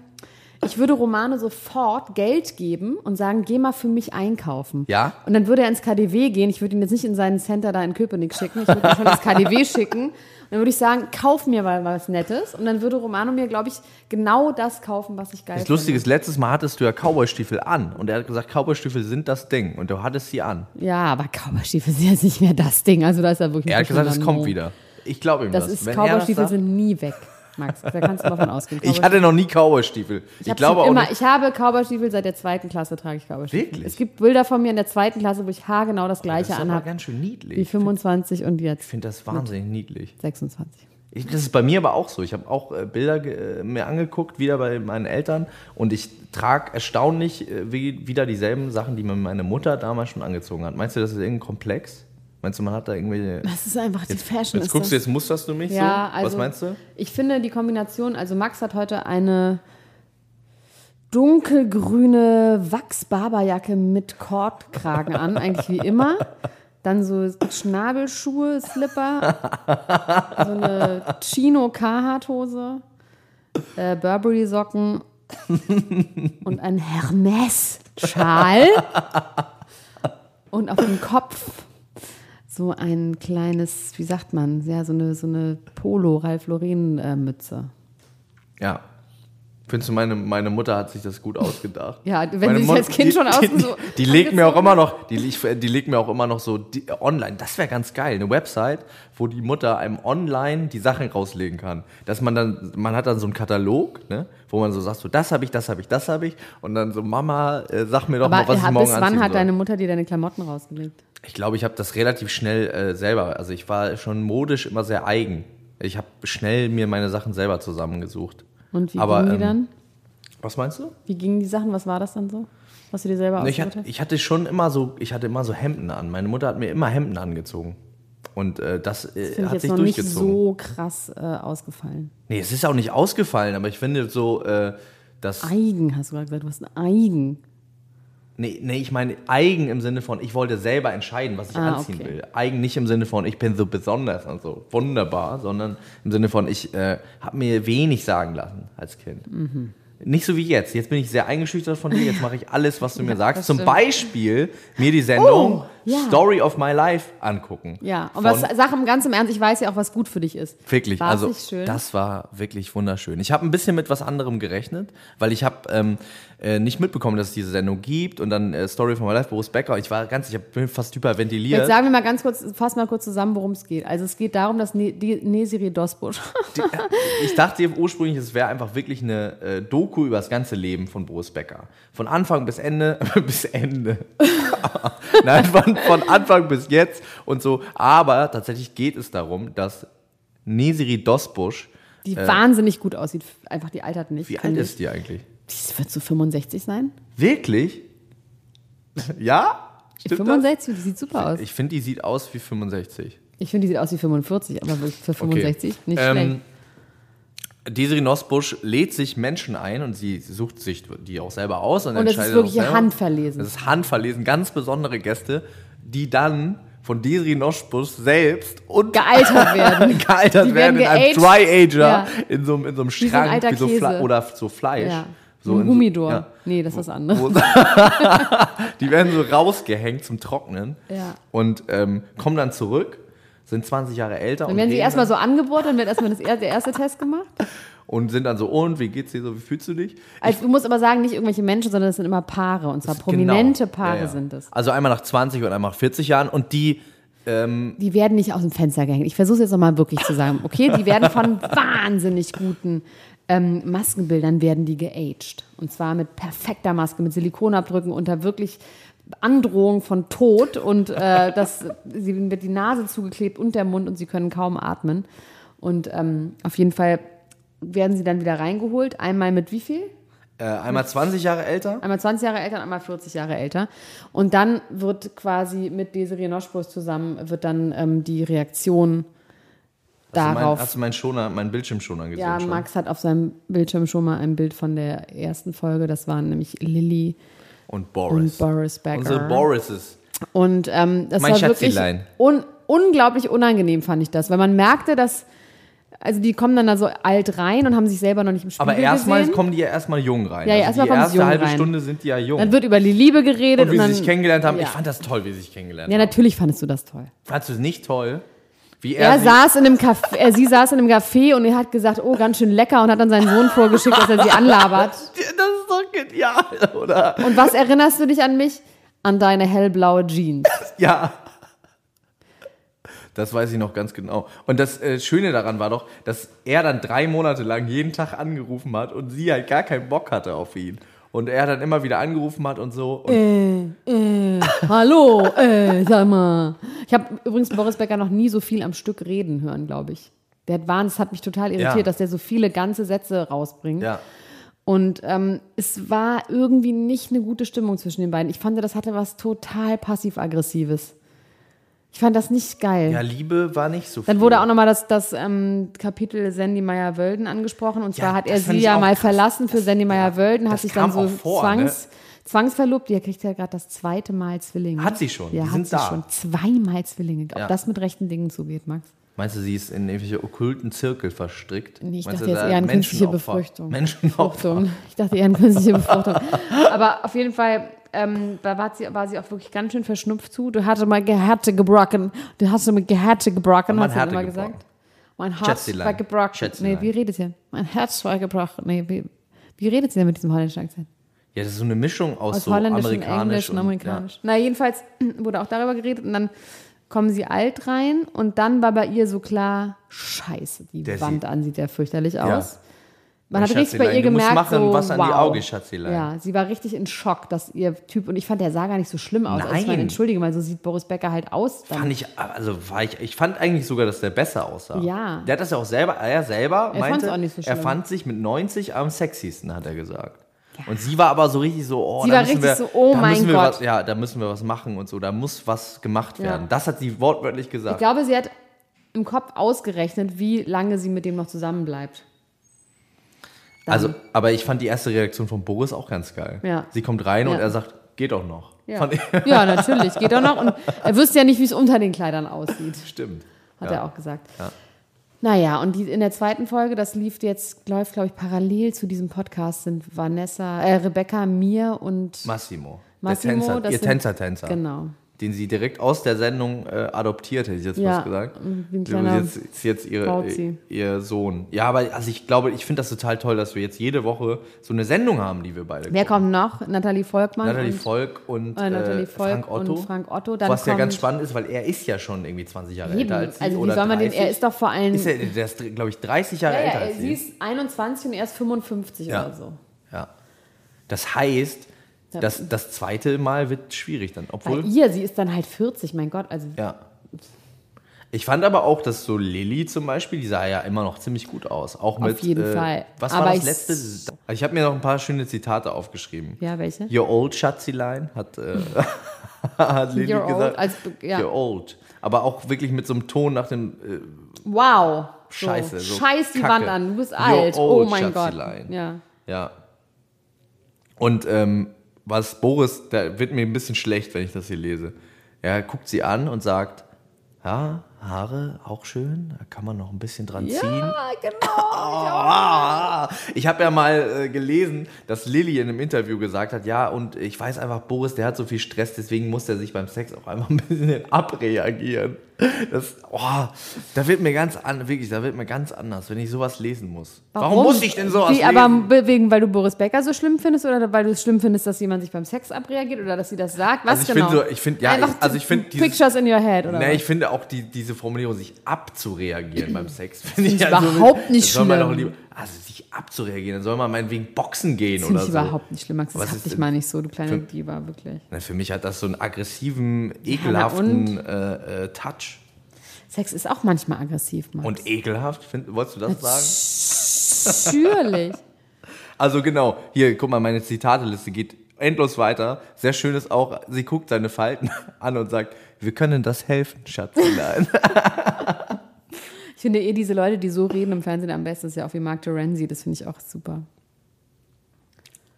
A: ich würde Romano sofort Geld geben und sagen, geh mal für mich einkaufen.
B: Ja?
A: Und dann würde er ins KDW gehen. Ich würde ihn jetzt nicht in seinen Center da in Köpenick schicken. Ich würde ihn schon ins KDW schicken. Und dann würde ich sagen, kauf mir mal was Nettes. Und dann würde Romano mir, glaube ich, genau das kaufen, was ich geil
B: Das Lustige ist, letztes Mal hattest du ja Cowboy-Stiefel an und er hat gesagt, Cowboy-Stiefel sind das Ding und du hattest sie an.
A: finde. Ja, aber Cowboy-Stiefel sind jetzt nicht mehr das Ding. Also da ist er wirklich
B: Er hat
A: schon
B: gesagt, es
A: am
B: kommt
A: Mo.
B: wieder. Ich glaube ihm das.
A: Das ist,
B: Wenn er das
A: Cowboy-Stiefel
B: sagt-
A: sind nie weg, Max. Da kannst du davon ausgehen.
B: Ich hatte noch nie Cowboy-Stiefel.
A: Ich,
B: Ich, glaube
A: glaube
B: auch
A: immer,
B: nicht.
A: ich habe Cowboystiefel seit der zweiten Klasse trage ich Cowboystiefel.
B: Wirklich?
A: Es gibt Bilder von mir in der zweiten Klasse, wo ich haargenau das gleiche
B: Das ist aber
A: anhabe
B: ganz schön niedlich.
A: wie
B: Ich finde
A: 25 und jetzt
B: das wahnsinnig niedlich.
A: 26.
B: Ich, das ist bei mir aber auch so. Ich habe auch äh, Bilder ge- äh, mir angeguckt, wieder bei meinen Eltern. Und ich trage erstaunlich äh, wie, wieder dieselben Sachen, die mir meine Mutter damals schon angezogen hat. Meinst du, das ist irgendein Komplex? Meinst du, man hat da irgendwelche.
A: Das ist einfach die Fashion.
B: Jetzt
A: ist
B: guckst du,
A: das.
B: jetzt musterst du mich
A: ja,
B: so?
A: also
B: Was meinst du?
A: Ich finde die Kombination, also Max hat heute eine dunkelgrüne Wachs-Barberjacke mit Kordkragen an, eigentlich wie immer. Dann so Schnabelschuhe, Slipper, so eine Chino-Carhartt-Hose, äh, Burberry-Socken und ein Hermes-Schal. Und auf dem Kopf so ein kleines, wie sagt man, ja, so eine, so eine äh, Polo-Ralf-Loren-Mütze.
B: Ja. Findest du, meine, meine Mutter hat sich das gut ausgedacht?
A: Ja, wenn
B: Meine
A: sie sich
B: Mut-
A: als Kind
B: die,
A: schon ausgesucht-
B: Die, die legt mir auch immer noch, die, ich, die legt mir auch immer noch so die, online. Das wäre ganz geil, eine Website, wo die Mutter einem online die Sachen rauslegen kann. Dass man dann, man hat dann so einen Katalog, ne, wo man so sagt, so das habe ich, das habe ich, das habe ich, und dann so Mama, äh, sag mir doch
A: Aber
B: mal, was ich
A: ja,
B: morgen
A: bis
B: anziehen
A: wann hat
B: soll.
A: deine Mutter dir deine Klamotten rausgelegt?
B: Ich glaube, ich habe das relativ schnell äh, selber. Also ich war schon modisch immer sehr eigen. Ich habe schnell mir meine Sachen selber zusammengesucht.
A: Und wie
B: Aber,
A: gingen die
B: ähm,
A: dann?
B: Was meinst du?
A: Wie gingen die Sachen? Was war das dann so? Was du dir selber
B: Na, Ich
A: ausgesucht
B: hatte,
A: hast?
B: ich hatte schon immer so, ich hatte immer so Hemden an. Meine Mutter hat mir immer Hemden angezogen. Und äh, das, äh,
A: Finde ich
B: hat
A: jetzt
B: sich
A: noch nicht
B: durchgezogen.
A: so krass äh, ausgefallen.
B: Nee, es ist auch nicht ausgefallen, aber ich finde so, äh, dass.
A: Eigen, hast du gerade gesagt. Du hast ein Eigen.
B: Nee, nee, ich meine eigen im Sinne von, ich wollte selber entscheiden, was ich
A: Ah,
B: anziehen
A: okay.
B: will. Eigen nicht im Sinne von, ich bin so besonders und so wunderbar, sondern im Sinne von, ich äh, habe mir wenig sagen lassen als Kind.
A: Mhm.
B: Nicht so wie jetzt. Jetzt bin ich sehr eingeschüchtert von dir. Jetzt mache ich alles, was du mir sagst.
A: das
B: Zum
A: stimmt.
B: Beispiel mir die Sendung
A: Oh, ja.
B: Story of My Life angucken.
A: Ja, und
B: Von-
A: was, sag im ganz im Ernst, ich weiß ja auch, was gut für dich ist.
B: Wirklich,
A: War's
B: also
A: nicht schön?
B: das war wirklich wunderschön. Ich habe ein bisschen mit was anderem gerechnet, weil ich habe ähm, äh, nicht mitbekommen, dass es diese Sendung gibt und dann äh, Story from My Life, Boris Becker. Ich war ganz, ich hab- bin fast
A: Jetzt
B: hyperventiliert.
A: sagen wir mal ganz kurz, fass mal kurz zusammen, worum es geht. Also es geht darum, dass ne die Nesiri Dosbusch
B: Ich dachte ursprünglich, es wäre einfach wirklich eine äh, Doku über das ganze Leben von Boris Becker. Von Anfang bis Ende, bis Ende. Nein, von, von Anfang bis jetzt und so. Aber tatsächlich geht es darum, dass Nesiri Dosbusch,
A: die wahnsinnig gut aussieht, einfach die altert nicht.
B: Äh. wie alt
A: finde ich.
B: ist die eigentlich?
A: Die wird so 65 sein?
B: Wirklich? Ja? Stimmt
A: 65, die sieht super aus.
B: Das? Ich finde, die sieht aus wie 65.
A: Ich finde, die sieht aus wie 45, aber für 65 nicht
B: Ähm,
A: schlecht.
B: Desiree Nosbusch lädt sich Menschen ein und sie sucht sich die auch selber aus.
A: Und
B: Und,
A: das ist
B: entscheidet
A: wirklich
B: auch selber.
A: handverlesen.
B: Das ist handverlesen, ganz besondere Gäste, die dann von Desiree Nosbusch selbst und
A: Gealtert werden.
B: gealtert
A: Die
B: werden,
A: werden
B: in einem
A: geaged.
B: Dry-Ager,
A: Ja.
B: in, so, einem- in so einem
A: so ein
B: Schrank,
A: alter
B: so
A: Käse.
B: Fle- oder so Fleisch.
A: Ja.
B: So
A: ein
B: in so-
A: Humidor.
B: ja.
A: Nee, das ist was anderes.
B: Wo- die werden so rausgehängt zum Trocknen
A: Ja.
B: und ähm, kommen dann zurück, sind 20 Jahre älter
A: Dann werden sie
B: reden
A: erstmal
B: dann
A: so angebohrt, dann wird erstmal das, er- der erste Test gemacht.
B: und sind dann so, und wie geht's dir so, wie fühlst du dich?
A: Also, du musst aber sagen, nicht irgendwelche Menschen, sondern das sind immer Paare. Und zwar prominente
B: Genau.
A: Paare
B: Ja, ja.
A: sind es.
B: Also einmal nach 20 und einmal nach 40 Jahren und die,
A: Die werden nicht aus dem Fenster gehängt. Ich versuche es jetzt nochmal wirklich zu sagen. Okay, die werden von wahnsinnig guten ähm, Maskenbildern werden die geaged. Und zwar mit perfekter Maske, mit Silikonabdrücken unter wirklich Androhung von Tod. Und äh, das, sie ihnen wird die Nase zugeklebt und der Mund und sie können kaum atmen. Und ähm, auf jeden Fall werden sie dann wieder reingeholt. Einmal mit wie viel?
B: äh, einmal
A: Hm.
B: 20 Jahre älter,
A: Einmal 20 Jahre älter und einmal 40 Jahre älter. Und dann wird quasi mit Desiree Noschbus zusammen, wird dann ähm, die Reaktion
B: Also Mein,
A: darauf.
B: hast du meinen Schoner, meinen Bildschirmschoner gesehen
A: ja,
B: schon?
A: Max hat auf seinem Bildschirm schon mal ein Bild von der ersten Folge. Das waren nämlich Lilly
B: Und Boris.
A: und Boris Becker.
B: Unsere Borises.
A: Und ähm, das
B: Mein
A: war wirklich
B: Schätzelein.
A: un unglaublich unangenehm, fand ich das. Weil man merkte, dass, also die kommen dann da so alt rein und haben sich selber noch nicht im Spiegel
B: Aber erstmal
A: gesehen.
B: kommen die ja erstmal jung rein. Also
A: Ja, ja, erstmal
B: die
A: kommen sie
B: erste
A: jung
B: halbe
A: rein.
B: Stunde sind die ja jung.
A: Dann wird über die Liebe geredet.
B: und wie
A: und
B: sie
A: dann-
B: sich kennengelernt haben,
A: Ja.
B: ich fand das toll, wie sie sich kennengelernt
A: ja,
B: haben.
A: natürlich fandest du das toll.
B: Fandst du es nicht toll? Wie er,
A: Er
B: sie-
A: saß in einem Café, äh, sie saß in einem Café und er hat gesagt, oh, ganz schön lecker und hat dann seinen Sohn vorgeschickt, dass er sie anlabert.
B: Das ist doch genial, oder?
A: Und was erinnerst du dich an mich? An deine hellblaue Jeans.
B: Ja. Das weiß ich noch ganz genau. Und das äh, Schöne daran war doch, dass er dann drei Monate lang jeden Tag angerufen hat und sie halt gar keinen Bock hatte auf ihn. Und er dann immer wieder angerufen hat und so. Und
A: Äh. Hallo, äh, sag mal. Ich habe übrigens Boris Becker noch nie so viel am Stück reden hören, glaube ich. Der hat Wahnsinn, das hat mich total irritiert,
B: Ja.
A: dass der so viele ganze Sätze rausbringt.
B: ja.
A: Und ähm, es war irgendwie nicht eine gute Stimmung zwischen den beiden. Ich fand, das hatte was total passiv-aggressives. Ich fand das nicht geil.
B: ja, Liebe war nicht so viel.
A: Dann wurde auch nochmal das, das ähm, Kapitel Sandy Meyer Wölden angesprochen. Und zwar
B: Ja,
A: hat
B: das
A: er
B: fand
A: sie
B: ich
A: ja
B: auch
A: mal
B: krass.
A: verlassen für Sandy Meyer Wölden, hat
B: das
A: sich
B: kam
A: dann so
B: auch vor, ne?
A: zwangs, Zwangsverlobt, ihr kriegt ja gerade das zweite Mal Zwillinge.
B: Hat sie schon,
A: Ja,
B: die
A: hat
B: sind
A: sie
B: da.
A: schon. Zweimal Zwillinge. Ob
B: Ja.
A: das mit rechten Dingen zugeht, Max.
B: Meinst du, sie ist in irgendwelche okkulten Zirkel verstrickt?
A: Nee, ich
B: Meinst
A: dachte
B: du,
A: jetzt
B: da
A: eher an künstliche
B: Menschenopfer-
A: Befruchtung.
B: Menschenopfer.
A: Befruchtung. Ich dachte eher an künstliche Befruchtung. Aber auf jeden Fall ähm, da war sie, war sie auch wirklich ganz schön verschnupft zu. Du hatte mal Gehärte gebrochen. Du hast mal Gehärte gebrochen,
B: Mein
A: hast du
B: Härte
A: immer
B: gebrochen.
A: gesagt. Mein Herz
B: Schätzelein.
A: war gebrochen.
B: Schätzelein.
A: Nee, wie redet ihr? Mein Herz war gebrochen. Nee, wie, wie redet sie denn mit diesem holländischen Akzent?
B: Ja, das ist so eine Mischung aus,
A: aus
B: so
A: holländisch und
B: amerikanisch
A: englisch und amerikanisch. Na, jedenfalls wurde auch darüber geredet und dann kommen sie alt rein und dann war bei ihr so klar, scheiße, die
B: Der
A: Wand
B: sieht-
A: an sieht ja fürchterlich aus. Man
B: Mein
A: hat richtig bei
B: Schatzilein,
A: ihr
B: du musst
A: gemerkt,
B: machen,
A: so,
B: was an die
A: wow.
B: Augen, Schatzilein.
A: Ja, sie war richtig in Schock, dass ihr Typ, und ich fand, der sah gar nicht so schlimm aus. Also ich
B: Nein.
A: meine, entschuldige mal, so sieht Boris Becker halt aus.
B: Ja.
A: Dann.
B: Fand ich, also war ich, ich fand eigentlich sogar, dass der besser aussah.
A: Ja.
B: Der hat das ja auch selber, er selber
A: Er fand's
B: meinte,
A: auch nicht so
B: er
A: schlimm.
B: fand sich mit 90 am sexiesten, hat er gesagt. Und sie war aber so richtig so, oh,
A: Sie
B: da
A: war
B: müssen
A: richtig
B: wir,
A: so, oh
B: da
A: mein
B: müssen wir
A: Gott.
B: Was, ja, da müssen wir was machen und so, da muss was gemacht
A: Ja.
B: werden. Das hat sie wortwörtlich gesagt.
A: Ich glaube, sie hat im Kopf ausgerechnet, wie lange sie mit dem noch zusammenbleibt.
B: also, aber ich fand die erste Reaktion von Boris auch ganz geil.
A: Ja.
B: Sie kommt rein und
A: Ja.
B: er sagt, geht doch noch.
A: Ja.
B: Fand ich,
A: ja, natürlich, geht auch noch. Und er wüsste ja nicht, wie es unter den Kleidern aussieht.
B: stimmt.
A: hat
B: ja.
A: er auch gesagt.
B: Ja.
A: Naja, und die, in der zweiten Folge, das lief jetzt, läuft, glaube ich, parallel zu diesem Podcast, sind Vanessa, äh, Rebecca, mir und
B: Massimo.
A: Massimo.
B: der Tänzer,
A: das
B: ihr
A: sind-
B: Tänzer-Tänzer.
A: Genau.
B: den sie direkt aus der Sendung äh, adoptiert, hätte ich jetzt
A: Ja,
B: was gesagt.
A: wie ein
B: Sie
A: kleiner
B: ist jetzt, ist jetzt ihre, äh,
A: Bauzi.
B: ihr Sohn. Ja, aber also ich glaube, ich finde das total toll, dass wir jetzt jede Woche so eine Sendung haben, die wir beide
A: Wer kommt
B: gucken.
A: noch? Nathalie Volkmann.
B: Natalie
A: und-
B: Volk und
A: äh, Natalie
B: äh,
A: Volk
B: Frank Otto.
A: und Frank Otto. Dann
B: was ja
A: kommt-
B: ganz spannend ist, weil er ist ja schon irgendwie 20 Jahre
A: Eben.
B: älter als sie.
A: Also, wie
B: oder
A: soll man den,
B: 30.
A: er ist doch vor allem.
B: Ist er, der ist, glaube ich, 30 Jahre
A: ja,
B: älter
A: ja,
B: als
A: sie
B: sie.
A: ist 21 und er ist 55
B: Ja.
A: oder so.
B: Ja. Das heißt,
A: Ja.
B: das, das zweite Mal wird schwierig dann,
A: Bei
B: obwohl...
A: ihr, sie ist dann halt 40, mein Gott. Also,
B: Ja. Ich fand aber auch, dass so Lilly zum Beispiel, die sah ja immer noch ziemlich gut aus. Auch mit, äh,
A: jeden Fall.
B: Was
A: Aber
B: war das
A: ich-
B: letzte? Also ich habe mir noch ein paar schöne Zitate aufgeschrieben.
A: Ja, welche?
B: Your old Schatzilein hat, äh, hat Lilly
A: You're old,
B: gesagt.
A: als- ja.
B: You're old. Aber auch wirklich mit so einem Ton nach dem äh,
A: wow. So,
B: Scheiße. So
A: Scheiß die
B: Kacke.
A: Wand an, du bist
B: You're
A: alt. Oh
B: old,
A: mein Gott.
B: Schatzilein.
A: Ja.
B: Ja. Und ähm, was Boris, da wird mir ein bisschen schlecht, wenn ich das hier lese. Er guckt sie an und sagt, ja, Haare auch schön, da kann man noch ein bisschen dran ziehen.
A: ja, genau.
B: Ah, ich habe ja mal äh, gelesen, dass Lilly in einem Interview gesagt hat, ja, und ich weiß einfach, Boris, der hat so viel Stress, deswegen muss er sich beim Sex auch einfach ein bisschen abreagieren. Das, oh, da wird mir ganz an, wirklich, da wird mir ganz anders, wenn ich sowas lesen muss. Warum, muss ich denn sowas
A: Wie,
B: lesen?
A: aber be- wegen, weil du Boris Becker so schlimm findest oder weil du es schlimm findest, dass jemand sich beim Sex abreagiert oder dass sie das sagt? Was
B: Also ich
A: genau?
B: find so- ich find- ja,
A: Einfach
B: ich- also ich find dieses-
A: Pictures in your head oder
B: Nee,
A: was?
B: ich finde auch die, diese Formulierung, sich abzureagieren beim Sex, finde ich
A: überhaupt nicht
B: das soll man
A: schlimm.
B: doch lieber, also sich abzureagieren, dann soll man meinetwegen boxen gehen
A: Das
B: oder
A: finde ich
B: so.
A: überhaupt nicht schlimm, Max. Das
B: Was
A: hab
B: ist
A: dich
B: denn-
A: mal nicht so, du kleine Diva, wirklich.
B: Na, für mich hat das so einen aggressiven, ekelhaften äh, äh, Touch.
A: Sex ist auch manchmal aggressiv, Max.
B: Und ekelhaft, find, wolltest du das sagen?
A: Natürlich.
B: Also genau, hier, guck mal, meine Zitateliste geht endlos weiter. Sehr schön ist auch, sie guckt seine Falten an und sagt, wir können das helfen, Schatz.
A: Ich finde eh diese Leute, die so reden im Fernsehen am besten, ist ja auch wie Mark Terenzi. Das finde ich auch super.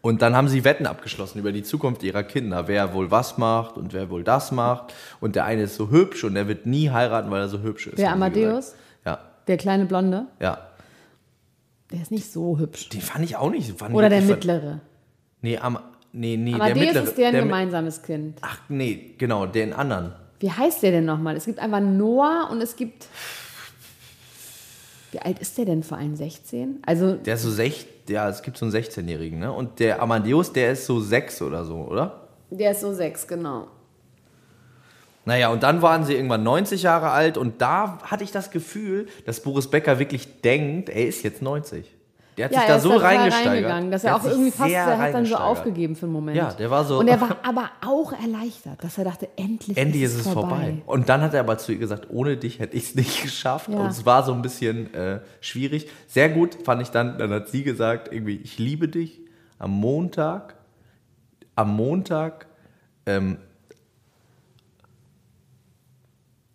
B: Und dann haben sie Wetten abgeschlossen über die Zukunft ihrer Kinder, wer wohl was macht und wer wohl das macht. Und der eine ist so hübsch und der wird nie heiraten, weil er so hübsch ist.
A: Wer,
B: haben sie
A: Amadeus?
B: gesagt.
A: Der kleine Blonde,
B: Ja, ja.
A: der ist nicht so hübsch.
B: Den fand ich auch nicht. Fand
A: Oder der
B: ich fand-
A: mittlere.
B: Nee, Am nee, nee der
A: Amadeus
B: mittlere.
A: ist deren
B: der mit-
A: gemeinsames Kind.
B: Ach nee, genau, den anderen.
A: Wie heißt der denn nochmal? Es gibt einfach Noah und es gibt. Wie alt ist der denn vor allem? 16? Also,
B: Der ist so sech, ja, es gibt so einen 16-Jährigen, ne? Und der Amadeus, der ist so sechs oder so, oder?
A: der ist so sechs, genau.
B: Naja, und dann waren sie irgendwann 90 Jahre alt und da hatte ich das Gefühl, dass Boris Becker wirklich denkt, er ist jetzt 90. Der hat sich da
A: ist
B: so
A: total
B: reingesteigert.
A: dass
B: Der
A: er
B: hat
A: auch
B: sich
A: irgendwie fast,
B: sehr
A: er hat dann so
B: reingesteigert.
A: aufgegeben für einen Moment.
B: Ja, der war so-
A: Und er war aber auch erleichtert, dass er dachte, endlich,
B: Endlich ist es vorbei. Und dann hat er aber zu ihr gesagt, ohne dich hätte ich es nicht geschafft.
A: Ja.
B: Und es war so ein bisschen äh, schwierig. Sehr gut fand ich dann, dann hat sie gesagt, irgendwie, ich liebe dich am Montag, am Montag, ähm,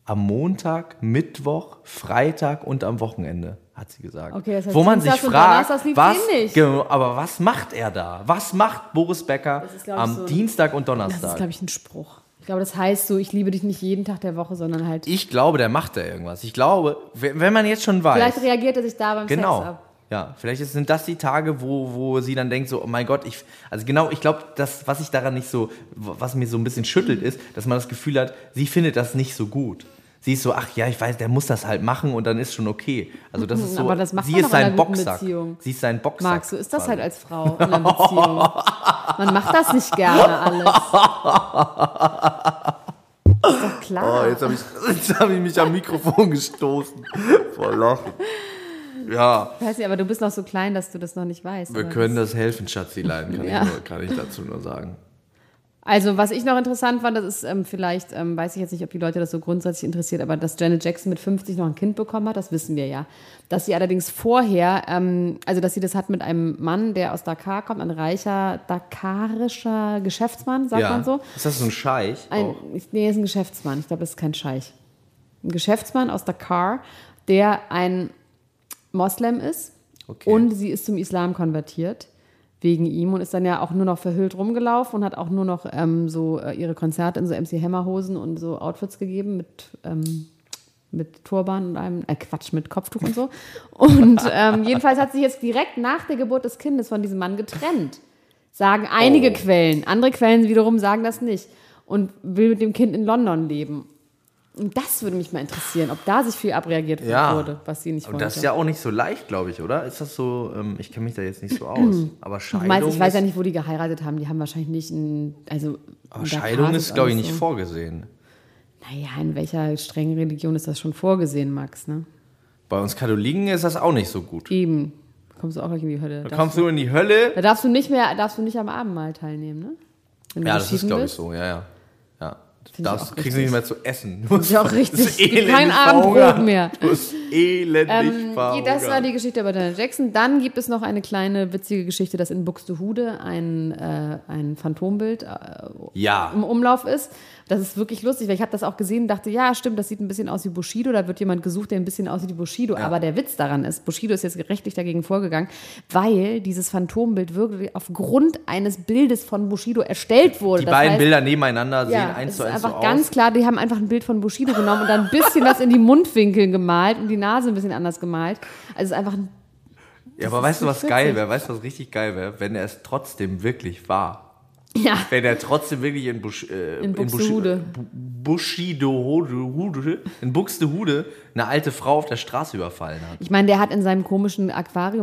B: am Montag, Mittwoch, Freitag und am Wochenende, hat sie gesagt.
A: Okay, das heißt,
B: Wo man sich
A: Dienstags und
B: fragt,
A: Donnerstags lief
B: was,
A: sie nicht.
B: genau, aber was macht er da? Was macht Boris Becker
A: ist, glaub ich,
B: am
A: so-
B: Dienstag und Donnerstag?
A: Das ist, glaube ich, ein Spruch. Ich glaube, das heißt so, ich liebe dich nicht jeden Tag der Woche, sondern halt.
B: Ich glaube, der macht da irgendwas. Ich glaube, we- wenn man jetzt schon weiß.
A: vielleicht reagiert er sich da beim
B: genau.
A: Sex ab.
B: Ja, vielleicht ist- sind das die Tage, wo, wo sie dann denkt, so, oh mein Gott, ich, also genau, ich glaube, das, was ich daran nicht so, was mir so ein bisschen schüttelt, ist, dass man das Gefühl hat, sie findet das nicht so gut. Sie ist so, ach ja, ich weiß, der muss das halt machen und dann ist schon okay. Also das ist so,
A: Mhm, aber das macht
B: sie
A: man
B: ist
A: doch in
B: sein
A: einer guten
B: Boxsack.
A: Beziehung.
B: Sie ist sein Boxsack.
A: Marc, so ist das
B: quasi.
A: halt als Frau in einer Beziehung. Man macht das nicht gerne alles. Ist doch klar.
B: Oh, jetzt habe ich, jetzt hab ich mich am Mikrofon gestoßen. Vor Lachen. Ja.
A: Ich weiß nicht, aber du bist noch so klein, dass du das noch nicht weißt.
B: Wir
A: oder?
B: können das helfen, Schatzilein, kann,
A: Ja.
B: ich nur, kann ich dazu nur sagen.
A: Also, was ich noch interessant fand, das ist ähm, vielleicht, ähm, weiß ich jetzt nicht, ob die Leute das so grundsätzlich interessiert, aber dass Janet Jackson mit 50 noch ein Kind bekommen hat, das wissen wir ja. Dass sie allerdings vorher, ähm, also dass sie das hat mit einem Mann, der aus Dakar kommt, ein reicher dakarischer Geschäftsmann, sagt man so.
B: Ist das so ein Scheich?
A: Ein,
B: auch?
A: nee, er ist ein Geschäftsmann. Ich glaube, das ist kein Scheich. Ein Geschäftsmann aus Dakar, der ein Moslem ist.
B: Okay.
A: Und sie ist zum Islam konvertiert wegen ihm und ist dann ja auch nur noch verhüllt rumgelaufen und hat auch nur noch ähm, so äh, ihre Konzerte in so MC Hammer Hosen und so Outfits gegeben mit ähm, mit Turban und einem, äh Quatsch, mit Kopftuch und so. Und ähm, jedenfalls hat sie jetzt direkt nach der Geburt des Kindes von diesem Mann getrennt. Sagen
B: Oh.
A: einige Quellen. Andere Quellen wiederum sagen das nicht. Und will mit dem Kind in London leben. Und das würde mich mal interessieren, ob da sich viel abreagiert
B: Ja.
A: wurde, was sie nicht
B: Aber
A: wollte.
B: das ist ja auch nicht so leicht, glaube ich, oder? Ist das so, ähm, ich kenne mich da jetzt nicht so aus. Aber
A: Du
B: Scheidung
A: meinst, ich weiß
B: ist,
A: ja nicht, wo die geheiratet haben. Die haben wahrscheinlich nicht ein, also
B: aber
A: in Dakar
B: Scheidung
A: das
B: ist, glaube ich,
A: alles
B: nicht
A: so.
B: vorgesehen.
A: Naja, in welcher strengen Religion ist das schon vorgesehen, Max, ne?
B: Bei uns Katholiken ist das auch nicht so gut.
A: Eben. Kommst du auch gleich in die Hölle.
B: Da
A: Darfst
B: kommst du in die Hölle.
A: Da darfst du nicht mehr, darfst du nicht am Abendmahl teilnehmen, ne? Wenn du
B: Ja, das ist,
A: geschieden
B: glaube ich,
A: bist.
B: so, ja, ja. ja. Du
A: ich
B: darfst,
A: auch
B: kriegst du
A: richtig.
B: nicht mehr zu essen.
A: Ist ja auch richtig.
B: Das ist
A: Gibt
B: elendig
A: kein Abendbrot
B: verhungert.
A: mehr.
B: Du bist elendig
A: Ähm, je- das war
B: verhungert.
A: die Geschichte über Janet Jackson. Dann gibt es noch eine kleine witzige Geschichte, dass in Buxtehude ein, äh, ein Phantombild äh,
B: Ja.
A: im Umlauf ist. Das ist wirklich lustig, weil ich habe das auch gesehen und dachte, ja, stimmt, das sieht ein bisschen aus wie Bushido. Da wird jemand gesucht, der ein bisschen aussieht wie Bushido. Aber der Witz daran ist, Bushido ist jetzt rechtlich dagegen vorgegangen, weil dieses Phantombild wirklich aufgrund eines Bildes von Bushido erstellt wurde.
B: Die
A: Das
B: beiden
A: heißt,
B: Bilder nebeneinander
A: Ja,
B: sehen Also eins
A: es
B: zu
A: ist
B: eins so
A: einfach
B: aus.
A: ganz klar, die haben einfach ein Bild von Bushido genommen und dann ein bisschen was in die Mundwinkel gemalt und die Nase ein bisschen anders gemalt. Also es ist einfach ein
B: Ja, aber weißt du, was
A: witzig.
B: geil wäre? Weißt du, was richtig geil wäre? Wenn er es trotzdem wirklich war.
A: ja,
B: Wenn er trotzdem wirklich in, Busch, äh,
A: In
B: Busch-
A: Buxtehude.
B: Bu- Bushido, Hude- Hude- in Buxtehude eine alte Frau auf der Straße überfallen hat.
A: ich meine, der hat in seinem komischen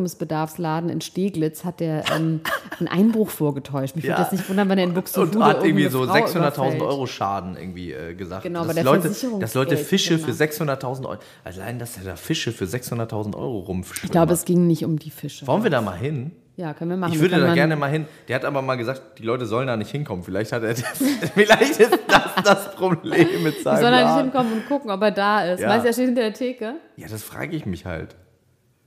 A: Aquariumsbedarfsladen in Steglitz hat der ähm, einen Einbruch vorgetäuscht. Mich
B: Ja.
A: würde jetzt nicht wundern, wenn er in Buxtehude
B: Und hat irgendwie
A: irgendeine
B: so
A: um Frau
B: 600.000
A: überfällt.
B: Euro Schaden irgendwie äh, gesagt.
A: Genau,
B: dass
A: aber der
B: Leute,
A: Versicherungsgeld
B: dass Leute Fische
A: gemacht.
B: für 600.000 Euro. Allein, dass er da Fische für 600.000 Euro rumschwimmt.
A: Ich glaube, es ging nicht um die Fische.
B: Wollen wir da mal hin?
A: Ja, können wir machen.
B: Ich
A: Wir
B: würde
A: können
B: da
A: mal-
B: gerne mal hin. Der hat aber mal gesagt, die Leute sollen da nicht hinkommen. Vielleicht hat er das, vielleicht ist das das Problem mit
A: Wir
B: seinem
A: sollen da nicht
B: Laden.
A: hinkommen und gucken, ob er da ist.
B: Ja.
A: Meinst du, er steht hinter der Theke?
B: Ja, das frage ich mich halt.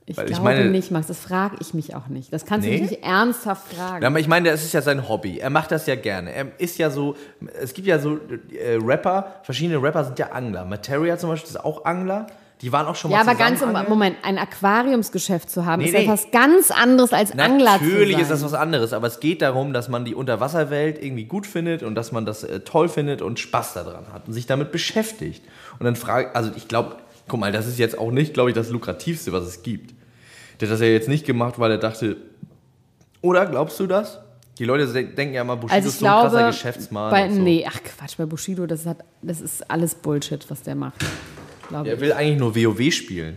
A: Ich
B: Weil ich
A: glaube
B: meine-
A: nicht, Max. Das frage ich mich auch nicht. Das kannst
B: Nee?
A: du dich nicht ernsthaft fragen.
B: Ja, aber ich meine, das ist ja sein Hobby. Er macht das ja gerne. Er ist ja so, es gibt ja so äh, Rapper, verschiedene Rapper sind ja Angler. Materia zum Beispiel ist auch Angler. Die waren auch schon mal
A: Ja, aber
B: zusammen
A: ganz im
B: angeln.
A: Moment, ein Aquariumsgeschäft zu haben,
B: Nee,
A: ist
B: nee.
A: etwas ganz anderes als Angler zu sein.
B: Natürlich ist das was anderes, aber es geht darum, dass man die Unterwasserwelt irgendwie gut findet und dass man das äh, toll findet und Spaß daran hat und sich damit beschäftigt. Und dann frage, also ich glaube, guck mal, das ist jetzt auch nicht, glaube ich, das lukrativste, was es gibt. Der hat das ja jetzt nicht gemacht, weil er dachte, oder glaubst du das? Die Leute se- denken ja immer, Bushido
A: Also ich
B: ist so ein krasser
A: glaube,
B: Geschäftsmann.
A: bei,
B: und so.
A: nee, ach Quatsch, bei Bushido, das, hat, das ist alles Bullshit, was der macht. Glaube
B: Der
A: ich.
B: will eigentlich nur WoW spielen.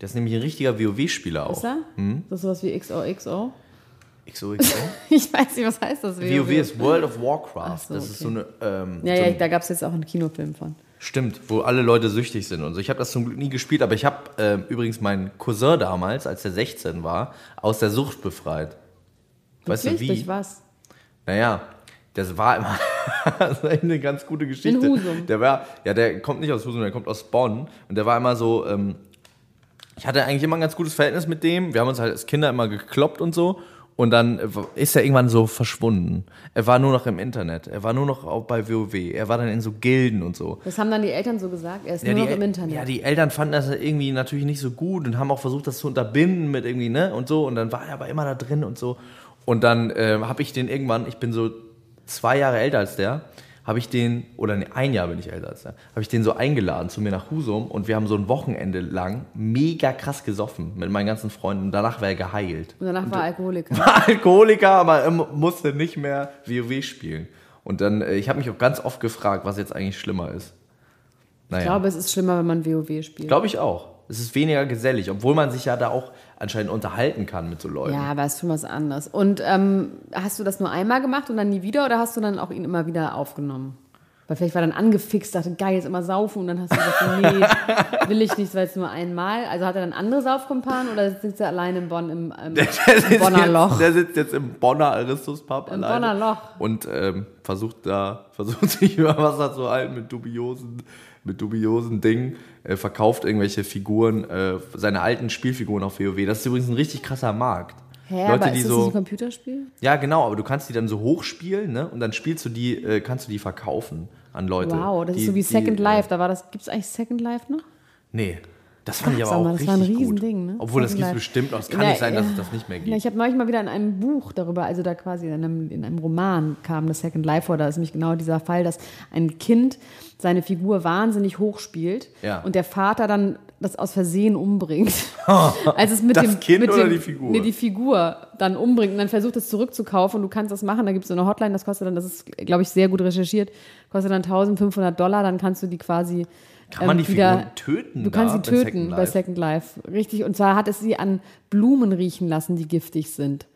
B: Der ist nämlich ein richtiger WoW-Spieler auch.
A: Ist er?
B: Hm?
A: Ist das sowas wie XOXO?
B: XOXO?
A: Ich weiß nicht, was heißt das?
B: WoW ist World of Warcraft.
A: Ach so,
B: Das ist so
A: okay.
B: eine ähm,
A: Ja,
B: so
A: ja,
B: ein
A: da gab es jetzt auch einen Kinofilm von.
B: Stimmt, wo alle Leute süchtig sind und so. Ich habe das zum Glück nie gespielt, aber ich habe ähm, übrigens meinen Cousin damals, als er 16 war, aus der Sucht befreit. Weißt du
A: Wirklich?
B: wie?
A: Durch was?
B: Naja, das war immer das ist eine ganz gute Geschichte.
A: In Husum.
B: Der war, ja, der kommt nicht aus Husum, der kommt aus Bonn und der war immer so, ähm, ich hatte eigentlich immer ein ganz gutes Verhältnis mit dem. Wir haben uns halt als Kinder immer gekloppt und so. Und dann ist er irgendwann so verschwunden. Er war nur noch im Internet. Er war nur noch auch bei WoW. Er war dann in so Gilden und so.
A: Das haben dann die Eltern so gesagt. Er ist
B: Ja,
A: nur
B: die
A: noch im
B: El-
A: Internet.
B: Ja, die Eltern fanden das irgendwie natürlich nicht so gut und haben auch versucht, das zu unterbinden mit irgendwie, ne? Und so. Und dann war er aber immer da drin und so. Und dann ähm, habe ich den irgendwann, ich bin so zwei Jahre älter als der, habe ich den, oder nee, ein Jahr bin ich älter als der, habe ich den so eingeladen zu mir nach Husum und wir haben so ein Wochenende lang mega krass gesoffen mit meinen ganzen Freunden. Danach war er geheilt.
A: und danach war er Alkoholiker.
B: War Alkoholiker, aber er mu- musste nicht mehr WoW spielen. Und dann, äh, ich habe mich auch ganz oft gefragt, was jetzt eigentlich schlimmer ist. Naja.
A: Ich glaube, es ist schlimmer, wenn man WoW spielt.
B: Glaube ich auch. Es ist weniger gesellig, obwohl man sich ja da auch anscheinend unterhalten kann mit so Leuten.
A: ja, aber es ist schon was anderes. Und ähm, hast du das nur einmal gemacht und dann nie wieder oder hast du dann auch ihn immer wieder aufgenommen? Weil vielleicht war dann angefixt, dachte, geil, jetzt immer saufen und dann hast du gesagt, nee, will ich nicht, weil es nur einmal. Also hat er dann andere Saufkumpanen oder sitzt er alleine in Bonn im, im, im Bonner Loch?
B: Jetzt, der sitzt jetzt im Bonner Aristus-Pub
A: Im
B: alleine
A: Bonner Loch.
B: Und ähm, versucht da, versucht sich über Wasser zu halten mit dubiosen, mit dubiosen Dingen. Äh, verkauft irgendwelche Figuren, äh, seine alten Spielfiguren auf WoW. Das ist übrigens ein richtig krasser Markt.
A: Hä, aber ist das nicht ein Computerspiel?
B: Ja, genau, aber du kannst die dann so hochspielen, ne? Und dann spielst du die, äh, kannst du die verkaufen an Leute.
A: Wow, das
B: die,
A: ist so wie
B: die,
A: Second
B: äh,
A: Life. Da war das, gibt's eigentlich Second Life noch?
B: Nee. Das fand ich
A: Sag
B: aber auch
A: mal,
B: richtig
A: das war ein
B: gut.
A: Riesending, ne?
B: Obwohl, das
A: Second
B: gibt es
A: Life.
B: bestimmt noch. Es kann
A: Na,
B: nicht sein, dass
A: ja.
B: es das nicht mehr
A: Ja,
B: gibt.
A: ich habe neulich mal wieder in einem Buch darüber, also da quasi in einem, in einem Roman kam das Second Life vor, da ist nämlich genau dieser Fall, dass ein Kind seine Figur wahnsinnig hoch spielt
B: Ja.
A: und der Vater dann das aus Versehen umbringt. also es mit
B: Das
A: dem,
B: Kind
A: mit
B: oder
A: dem,
B: die Figur?
A: Nee, die Figur dann umbringt und dann versucht es zurückzukaufen und du kannst das machen, da gibt es so eine Hotline, das kostet dann, das ist, glaube ich, sehr gut recherchiert, kostet dann 1500 Dollar, dann kannst du die quasi
B: Kann man
A: ähm,
B: die
A: wieder,
B: Figuren töten?
A: Du kannst
B: da
A: sie
B: bei
A: töten
B: Second
A: bei
B: Life?
A: Second Life. Richtig. Und zwar hat es sie an Blumen riechen lassen, die giftig sind.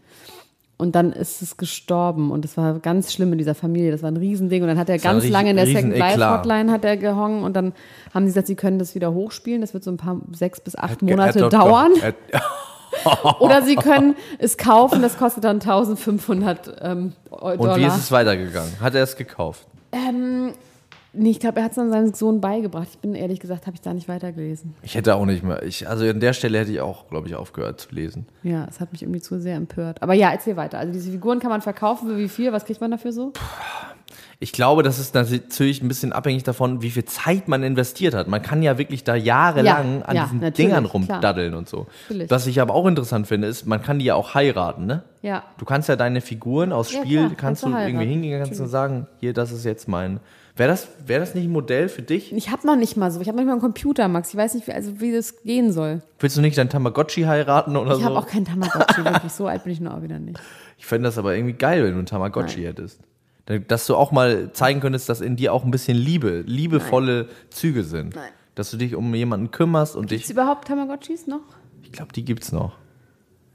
A: Und dann ist es gestorben. Und das war ganz schlimm in dieser Familie. Das war ein Riesending. Und dann hat er
B: war ein
A: ganz
B: riesen-
A: lange in der Second
B: Rieseneklat.
A: Life Hotline hat er gehongen. Und dann haben die gesagt, sie können das wieder hochspielen. Das wird so ein paar sechs bis acht Monate
B: Hat- hat-
A: dauern.
B: hat-
A: Oder sie können es kaufen. Das kostet dann 1500 ähm, Eu-
B: Und
A: Dollar.
B: wie ist es weitergegangen? Hat er es gekauft?
A: nee, ich glaube, er hat es dann seinem Sohn beigebracht. Ich bin ehrlich gesagt, habe ich da nicht weitergelesen.
B: Ich hätte auch nicht mehr. Ich, also an der Stelle hätte ich auch, glaube ich, aufgehört zu lesen.
A: Ja, es hat mich irgendwie zu sehr empört. Aber ja, erzähl weiter. Also diese Figuren kann man verkaufen für wie viel? Was kriegt man dafür so?
B: Ich glaube, das ist natürlich ein bisschen abhängig davon, wie viel Zeit man investiert hat. Man kann ja wirklich da jahrelang
A: Ja,
B: an
A: ja,
B: diesen
A: natürlich,
B: Dingern
A: klar.
B: rumdaddeln und so.
A: Natürlich.
B: Was ich aber auch interessant finde, ist, man kann die ja auch heiraten, ne?
A: Ja.
B: Du kannst ja deine Figuren aus
A: Ja,
B: Spiel,
A: klar,
B: kannst,
A: kannst
B: du
A: du heiraten.
B: irgendwie hingehen, kannst du sagen, hier, das ist jetzt mein. Wäre das, wär das nicht ein Modell für dich?
A: Ich habe noch nicht mal so. Ich habe noch nicht mal einen Computer, Max. Ich weiß nicht, wie, also, wie das gehen soll.
B: Willst du nicht dein Tamagotchi heiraten oder
A: Ich
B: so?
A: habe auch keinen Tamagotchi, wirklich. So alt bin ich nun auch wieder nicht.
B: Also- ich fände das aber irgendwie geil, wenn du ein Tamagotchi
A: Nein.
B: hättest. Da- Dass du auch mal zeigen könntest, dass in dir auch ein bisschen Liebe, liebevolle Züge sind.
A: Nein.
B: Dass du dich um jemanden kümmerst und
A: Ist
B: dich.
A: überhaupt Tamagotchis noch?
B: Ich glaube, die gibt's noch.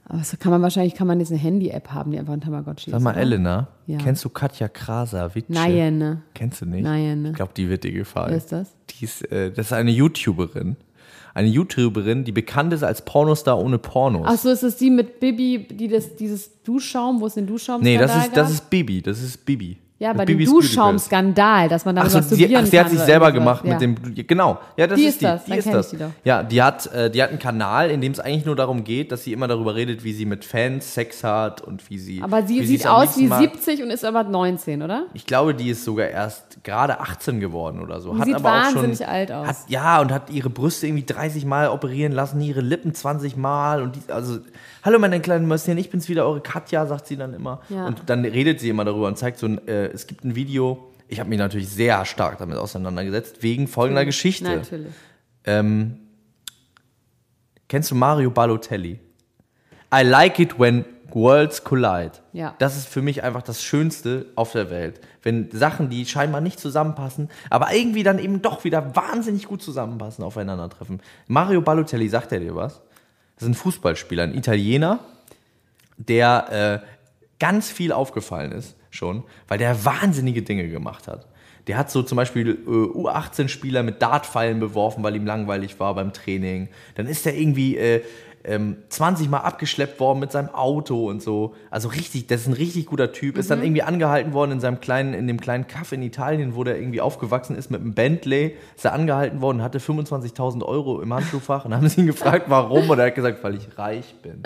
A: Aber so kann man wahrscheinlich, kann man jetzt eine Handy-App haben, die einfach ein Tamagotchi
B: Sag
A: ist.
B: mal,
A: oder?
B: Elena,
A: Ja.
B: kennst du Katja Krasavice?
A: Nein, ne?
B: Kennst du nicht?
A: Nein, ne?
B: Ich glaube, die wird dir gefallen.
A: Wer ist das?
B: Die ist, äh, das ist eine YouTuberin. Eine YouTuberin, die bekannt ist als Pornostar ohne Pornos.
A: Ach so, ist das die mit Bibi, die das, dieses Duschschaum, wo es den Duschschaum
B: nee, das ist,
A: Skandal
B: das
A: gab?
B: ist Bibi. Das ist Bibi.
A: Ja,
B: Das
A: bei
B: ist
A: dem
B: Bibis Beauty Quest.
A: Duschschaum-Skandal, dass man da
B: Ach so,
A: masturbieren
B: sie, ach,
A: kann.
B: sie hat sich
A: oder
B: selber
A: irgendwas.
B: gemacht mit
A: Ja.
B: dem. Genau, ja, das
A: Die
B: ist
A: ist
B: die.
A: das,
B: die
A: dann
B: ist
A: kenn ich
B: das.
A: die doch.
B: Ja, die hat, äh, die hat einen Kanal, in dem es eigentlich nur darum geht, dass sie immer darüber redet, wie sie mit Fans Sex hat und wie sie.
A: Aber sie
B: wie
A: sieht
B: es am
A: aus
B: liebsten
A: wie
B: mag.
A: 70 und ist aber 19, oder?
B: Ich glaube, die ist sogar erst gerade 18 geworden oder so. Hat
A: sieht
B: aber auch schon,
A: wahnsinnig alt aus.
B: Hat, ja, und hat ihre Brüste irgendwie 30 Mal operieren lassen, ihre Lippen 20 Mal. Und die, also, hallo meine kleinen Mösschen, ich bin's wieder, eure Katja, sagt sie dann immer.
A: Ja.
B: Und dann redet sie immer darüber und zeigt so ein, äh, es gibt ein Video. Ich habe mich natürlich sehr stark damit auseinandergesetzt, wegen folgender Geschichte.
A: Natürlich.
B: Kennst du Mario Balotelli? I like it when worlds collide.
A: Ja.
B: Das ist für mich einfach das Schönste auf der Welt. Wenn Sachen, die scheinbar nicht zusammenpassen, aber irgendwie dann eben doch wieder wahnsinnig gut zusammenpassen, aufeinandertreffen. Mario Balotelli, sagt er dir was? Das ist ein Fußballspieler, ein Italiener, der äh, ganz viel aufgefallen ist schon, weil der wahnsinnige Dinge gemacht hat. Der hat so zum Beispiel äh, U18-Spieler mit Dartpfeilen beworfen, weil ihm langweilig war beim Training. Dann ist er irgendwie äh, ähm, 20 Mal abgeschleppt worden mit seinem Auto und so. Also richtig, das ist ein richtig guter Typ. Ist dann irgendwie angehalten worden in seinem kleinen, in dem kleinen Kaff in Italien, wo der irgendwie aufgewachsen ist mit einem Bentley. Ist er angehalten worden, hatte 25.000 Euro im Handschuhfach und haben sie ihn gefragt, warum. Und er hat gesagt, weil ich reich bin.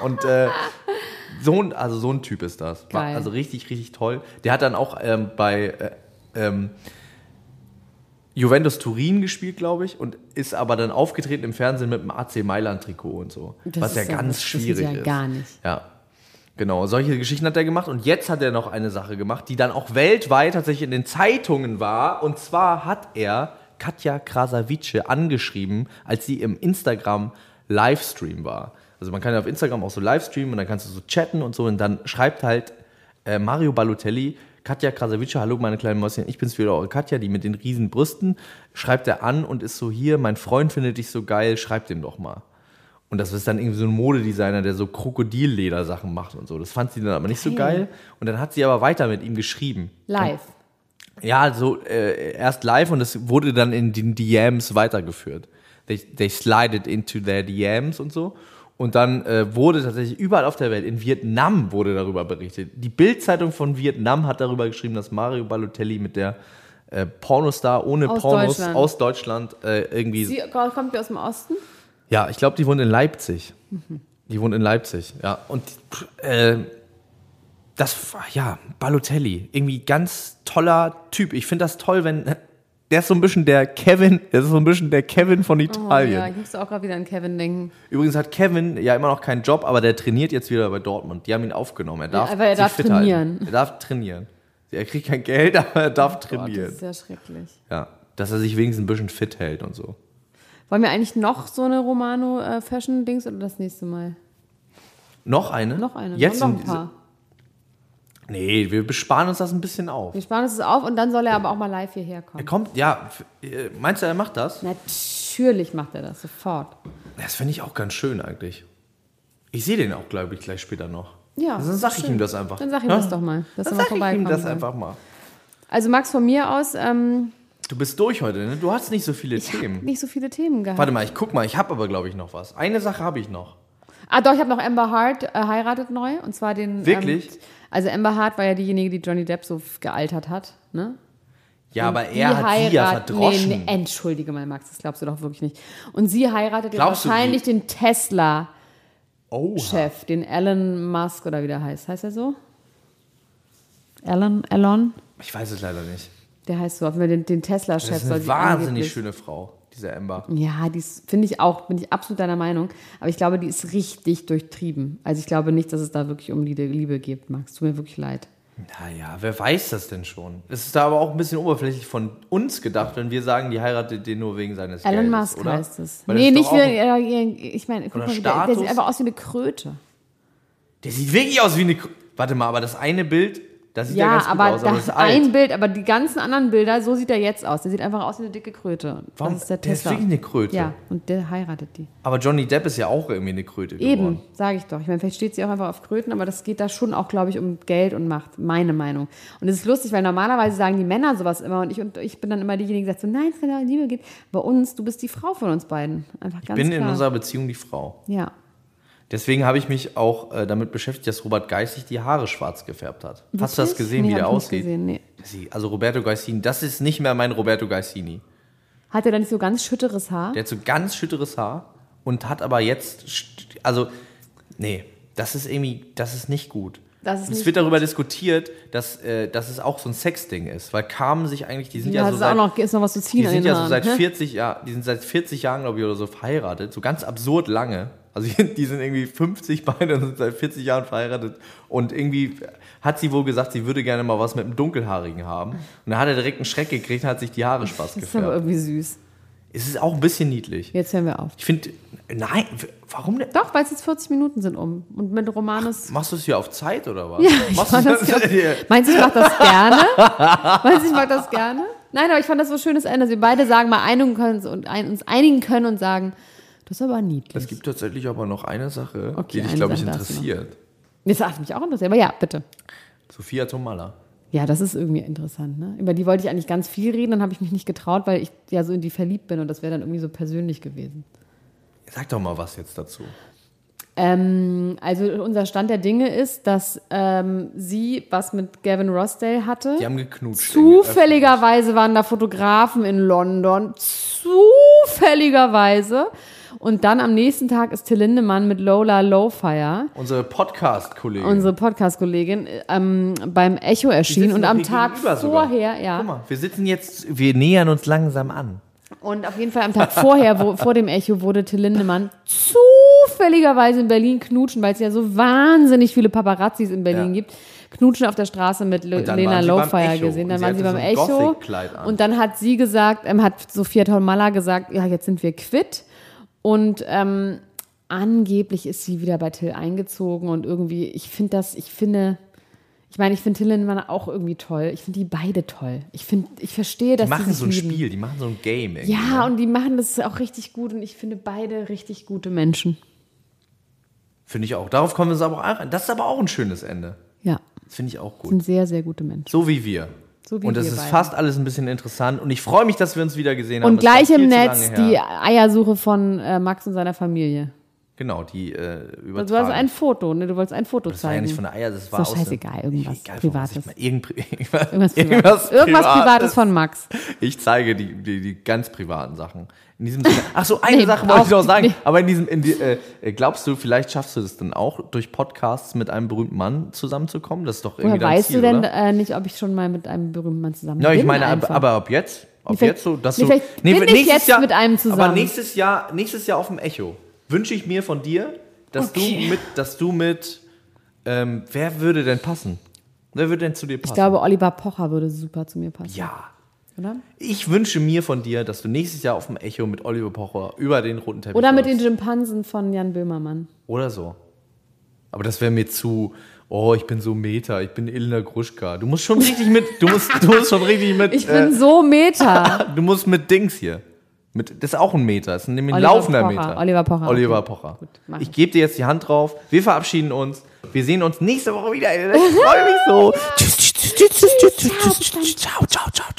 B: Und äh, so ein, also so ein Typ ist das. War
A: Geil.
B: Also richtig, richtig toll. Der hat dann auch ähm, bei äh, ähm, Juventus Turin gespielt, glaube ich, und ist aber dann aufgetreten im Fernsehen mit einem AC Mailand-Trikot und so.
A: Das
B: was
A: ist
B: ja
A: ja-
B: ganz
A: das wissen sie
B: schwierig
A: ja
B: ist.
A: gar nicht.
B: Ja. Genau, solche Geschichten hat er gemacht und jetzt hat er noch eine Sache gemacht, die dann auch weltweit tatsächlich in den Zeitungen war. Und zwar hat er Katja Krasavice angeschrieben, als sie im Instagram-Livestream war. Also man kann ja auf Instagram auch so Livestreamen und dann kannst du so chatten und so und dann schreibt halt äh, Mario Balotelli, Katja Krasavice, hallo meine kleinen Mäuschen, ich bin's wieder, eure Katja, die mit den riesen Brüsten, schreibt er an und ist so hier, mein Freund findet dich so geil, schreib dem doch mal. Und das ist dann irgendwie so ein Modedesigner, der so Krokodilleder-Sachen macht und so. Das fand sie dann aber nicht so geil. Und dann hat sie aber weiter mit ihm geschrieben.
A: Live.
B: Ja, so äh, erst live und es wurde dann in den DMs weitergeführt. They, they slided into their DMs und so. Und dann äh, wurde tatsächlich überall auf der Welt, in Vietnam wurde darüber berichtet. Die Bildzeitung von Vietnam hat darüber geschrieben, dass Mario Balotelli mit der äh, Pornostar ohne
A: Aus
B: Pornos
A: Deutschland.
B: aus Deutschland äh, irgendwie.
A: Sie kommt ja aus dem Osten.
B: ja, ich glaube, die wohnt in Leipzig.
A: Mhm.
B: Die wohnt in Leipzig, ja. Und pff, äh, das war, ja, Balotelli, irgendwie ganz toller Typ. Ich finde das toll, wenn. Der ist so ein bisschen der Kevin, der ist so ein bisschen der Kevin von Italien.
A: Oh, Ja, ich musste auch gerade wieder an Kevin denken.
B: Übrigens hat Kevin ja immer noch keinen Job, aber der trainiert jetzt wieder bei Dortmund. Die haben ihn aufgenommen. Er darf,
A: aber er
B: sich
A: darf
B: fit
A: trainieren. Oh
B: Halten. Er darf trainieren. Er kriegt kein Geld, aber er darf
A: Das
B: trainieren.
A: ist ja schrecklich.
B: ja, dass er sich wenigstens ein bisschen fit hält und so.
A: Wollen wir eigentlich noch so eine Romano-Fashion-Dings oder das nächste Mal?
B: Noch eine?
A: Noch eine.
B: Jetzt
A: Wir haben noch ein
B: in-
A: paar.
B: Nee, wir besparen uns das ein bisschen auf.
A: Wir sparen uns das auf und dann soll er aber auch mal live hierher
B: Er
A: kommen.
B: kommt, ja. f- äh, Meinst du, er macht das?
A: Natürlich macht er das sofort.
B: Das finde ich auch ganz schön eigentlich. Ich sehe den auch, glaube ich, gleich später noch. Also
A: Ja,
B: Dann sag ich
A: schön.
B: ihm das einfach.
A: Dann sag ihm
B: Ja?
A: das doch mal, dass
B: Dann
A: er mal
B: sag ich ihm
A: vorbeikommen
B: das
A: soll.
B: einfach mal.
A: Also Max, von mir aus ähm,
B: Du bist durch heute, ne? Du hast nicht so viele Themen.
A: nicht so viele Themen gehabt.
B: Mhm. Warte mal, ich guck mal. Ich habe aber, glaube ich, noch was. Eine Sache habe ich noch.
A: Ah doch, ich habe noch Amber Hart äh, heiratet neu und zwar den...
B: Wirklich?
A: Ähm, also Amber Hart war ja diejenige, die Johnny Depp so f- gealtert hat, ne?
B: Ja, aber
A: Die
B: er hat sie ja
A: heirat-
B: verdroschen.
A: Nee, nee, entschuldige mal, Max, das glaubst du doch wirklich nicht. Und sie heiratet ja
B: Glaubst du,
A: wahrscheinlich den Tesla-Chef,
B: Oh,
A: den Elon Musk oder wie der heißt. Heißt er so? Elon? Elon?
B: ich weiß es leider nicht.
A: Der heißt so, auf jeden Fall den, den Tesla-Chef.
B: Das ist
A: soll
B: eine
A: sie
B: wahnsinnig
A: angeblich-
B: schöne Frau, diese Amber.
A: Ja, die ist- finde ich auch, bin ich absolut deiner Meinung. Aber ich glaube, die ist richtig durchtrieben. Also ich glaube nicht, dass es da wirklich um Liebe, Liebe geht, Max. Tut mir wirklich leid.
B: Naja, wer weiß das denn schon? Es ist da aber auch ein bisschen oberflächlich von uns gedacht, wenn wir sagen, die heiratet den nur wegen seines
A: Elon
B: Geldes,
A: Musk
B: oder?
A: heißt es.
B: Weil das
A: nee,
B: ist doch
A: nicht
B: auch
A: wie,
B: ein-
A: äh, ich meine, guck
B: Oder
A: mal, der, der
B: Status.
A: sieht einfach aus wie eine Kröte.
B: Der sieht wirklich aus wie eine. Kr- Warte mal, aber das eine Bild, da sieht er
A: ja,
B: ganz gut
A: aber
B: aus, aber das
A: das
B: ist alt.
A: ein Bild, aber die ganzen anderen Bilder, so sieht er jetzt aus. Der sieht einfach aus wie eine dicke Kröte. Und
B: Warum-
A: Das ist der,
B: der ist
A: Tesla.
B: wirklich eine Kröte.
A: Ja, und der heiratet die.
B: aber Johnny Depp ist ja auch irgendwie eine Kröte
A: Eben,
B: geworden.
A: sage ich doch. Ich meine, vielleicht steht sie auch einfach auf Kröten, aber das geht da schon auch, glaube ich, um Geld und Macht. Meine Meinung. Und es ist lustig, weil normalerweise sagen die Männer sowas immer und ich, und ich bin dann immer diejenige, die sagt so, nein, es kann um Liebe gehen. Bei uns, du bist die Frau von uns beiden. Einfach
B: Ich
A: ganz
B: bin
A: klar.
B: in unserer Beziehung die Frau.
A: ja.
B: Deswegen habe ich mich auch äh, damit beschäftigt, dass Robert Geisig die Haare schwarz gefärbt hat. Hast du das
A: Wirklich?
B: gesehen,
A: Nee,
B: wie
A: hab
B: der
A: ich nicht
B: aussieht?
A: Gesehen, nee.
B: Sie- Also Roberto Gaisini, das ist nicht mehr mein Roberto Gaisini.
A: Hat er dann nicht so ganz schütteres Haar?
B: Der hat so ganz schütteres Haar und hat aber jetzt, st- also, nee, das ist irgendwie, das ist nicht gut.
A: Das ist
B: es
A: nicht
B: wird darüber diskutiert, dass, äh, dass es auch so ein Sexding ist, weil Carmen sich eigentlich, die sind ja,
A: ja,
B: so
A: das ist
B: seit,
A: auch noch, ne? ist noch was zu ziehen
B: die
A: an
B: sind
A: den
B: ja
A: Haaren.
B: so seit
A: hä?
B: 40 Jahren, die sind seit 40 Jahren, glaube ich, oder so verheiratet, so ganz absurd lange. Also die, die sind irgendwie 50 beide und sind seit 40 Jahren verheiratet und irgendwie hat sie wohl gesagt, sie würde gerne mal was mit einem dunkelhaarigen haben und dann hat er direkt einen Schreck gekriegt, und hat sich die Haare Spaß
A: Das ist aber
B: gefärbt.
A: irgendwie süß.
B: Es ist auch ein bisschen niedlich.
A: Jetzt hören wir auf.
B: Ich finde, nein, w- warum denn?
A: Doch, weil es jetzt 40 Minuten sind um. Und mit Romanus.
B: Machst du es hier auf Zeit oder was?
A: Ja, ich
B: Machst
A: fand
B: du
A: das ja-
B: hier?
A: Meinst du, ich mach das gerne? Meinst du, ich mach das gerne? Nein, aber ich fand das so ein schönes Ende, dass wir beide sagen, mal einigen können und ein, uns einigen können und sagen, das ist aber niedlich.
B: Es gibt tatsächlich aber noch eine Sache,
A: Okay, ne?
B: die dich,
A: eine
B: glaube ich,
A: Sache darfst du noch.
B: interessiert.
A: Das darf mich auch interessieren, aber ja, bitte.
B: Sophia Tomala.
A: Ja, das ist irgendwie interessant, ne? Über die wollte ich eigentlich ganz viel reden, dann habe ich mich nicht getraut, weil ich ja so in die verliebt bin und das wäre dann irgendwie so persönlich gewesen.
B: Sag doch mal was jetzt dazu.
A: Ähm, also unser Stand der Dinge ist, dass ähm, sie was mit Gavin Rossdale hatte.
B: Die haben geknutscht.
A: Zufälligerweise waren da Fotografen in London. Zufälligerweise. Und dann am nächsten Tag ist Till Lindemann mit Lola Lowfire,
B: Unsere Podcast-Kollegin.
A: unsere Podcast-Kollegin, ähm, beim Echo erschienen.
B: sitzen
A: Und am
B: doch hier
A: Tag
B: gegenüber sogar.
A: vorher, ja.
B: Guck mal, wir sitzen jetzt, wir nähern uns langsam an.
A: Und auf jeden Fall am Tag vorher, wo, vor dem Echo, wurde Till Lindemann zufälligerweise in Berlin knutschen, weil es ja so wahnsinnig viele Paparazzis in Berlin
B: Ja.
A: gibt. Knutschen auf der Straße mit Le
B: Und dann
A: Lena
B: waren sie beim
A: Lowfire
B: Echo.
A: gesehen.
B: Und
A: Dann
B: sie
A: waren sie
B: hatte
A: beim
B: so ein
A: Echo.
B: Gothic-Kleid an.
A: Und dann hat sie gesagt, ähm, hat Sophia Tolmalla gesagt, ja, jetzt sind wir quitt. Und ähm, angeblich ist sie wieder bei Till eingezogen und irgendwie, ich finde das, ich finde. Ich meine, ich finde Till Lindemann auch irgendwie toll. Ich finde die beide toll. Ich finde, ich verstehe, dass
B: Die machen
A: sich
B: so ein
A: lieben.
B: Spiel, die machen so ein Game. Irgendwie.
A: Ja, und die machen das auch richtig gut und ich finde beide richtig gute Menschen.
B: Finde ich auch. Darauf kommen wir uns aber auch ein. Das ist aber auch ein schönes Ende.
A: Ja,
B: Das finde ich auch gut.
A: sind sehr, sehr gute Menschen.
B: So wie wir.
A: So wie
B: und das
A: wir
B: ist
A: beiden.
B: fast alles ein bisschen interessant. Und ich freue mich, dass wir uns wieder gesehen haben.
A: Und
B: Es war
A: gleich
B: viel
A: im
B: zu
A: Netz
B: lange her.
A: die Eiersuche von äh, Max und seiner Familie.
B: Genau, die äh, übertragen.
A: Du hast ein Foto, ne? Du wolltest ein Foto
B: Das war ja
A: zeigen.
B: nicht von der Eier, das war
A: doch
B: aus
A: scheißegal,
B: dem-
A: irgendwas
B: Ich- egal, von was ich
A: Privates.
B: meine. Irgend, irgendwas,
A: Irgendwas Privates. Irgendwas Privates von Max.
B: Ich zeige die, die, die ganz privaten Sachen. In diesem Sinne- Ach so, eine
A: Nee,
B: Sache wollte
A: auch
B: ich noch
A: die-
B: sagen.
A: nee.
B: Aber in diesem, in die, äh, äh, glaubst du, vielleicht schaffst du das dann auch, durch Podcasts mit einem berühmten Mann zusammenzukommen? Das ist doch
A: Woher
B: irgendwie dein
A: weißt
B: Ziel,
A: du denn
B: Oder?
A: äh, nicht, ob ich schon mal mit einem berühmten Mann zusammen
B: Ja,
A: bin?
B: ich meine, ab,
A: einfach?
B: aber ab jetzt, ab
A: vielleicht-
B: jetzt so, dass
A: nee,
B: du.
A: vielleicht bin ich
B: nächstes
A: jetzt mit einem zusammen.
B: Aber nächstes Jahr, nächstes Jahr auf dem Echo wünsche ich mir von dir, dass
A: Okay.
B: du mit, dass du mit, ähm, wer würde denn passen? Wer würde denn zu dir passen?
A: Ich glaube, Oliver Pocher würde super zu mir passen,
B: ja.
A: oder?
B: Ich wünsche mir von dir, dass du nächstes Jahr auf dem Echo mit Oliver Pocher über den roten Teppich
A: Oder mit den
B: läufst.
A: Schimpansen von Jan Böhmermann.
B: Oder so. Aber das wäre mir zu, oh, ich bin so Meta, ich bin Ilna Gruschka. Du musst schon richtig mit, du musst, du musst schon richtig mit,
A: Ich bin so Meta.
B: äh, du musst mit Dings hier. Mit, das ist auch ein Meter, das ist nämlich ein
A: Oliver
B: laufender
A: Pocher,
B: Meter.
A: Oliver Pocher,
B: Oliver
A: okay.
B: Pocher.
A: Gut, mach
B: ich
A: ich.
B: gebe dir jetzt die Hand drauf. Wir verabschieden uns. Wir sehen uns nächste Woche wieder. Ich freue mich so. Tschüss, tschüss, tschüss, tschüss, tschüss, tschüss, tschüss, tschüss, tschüss, ciao, ciao, ciao.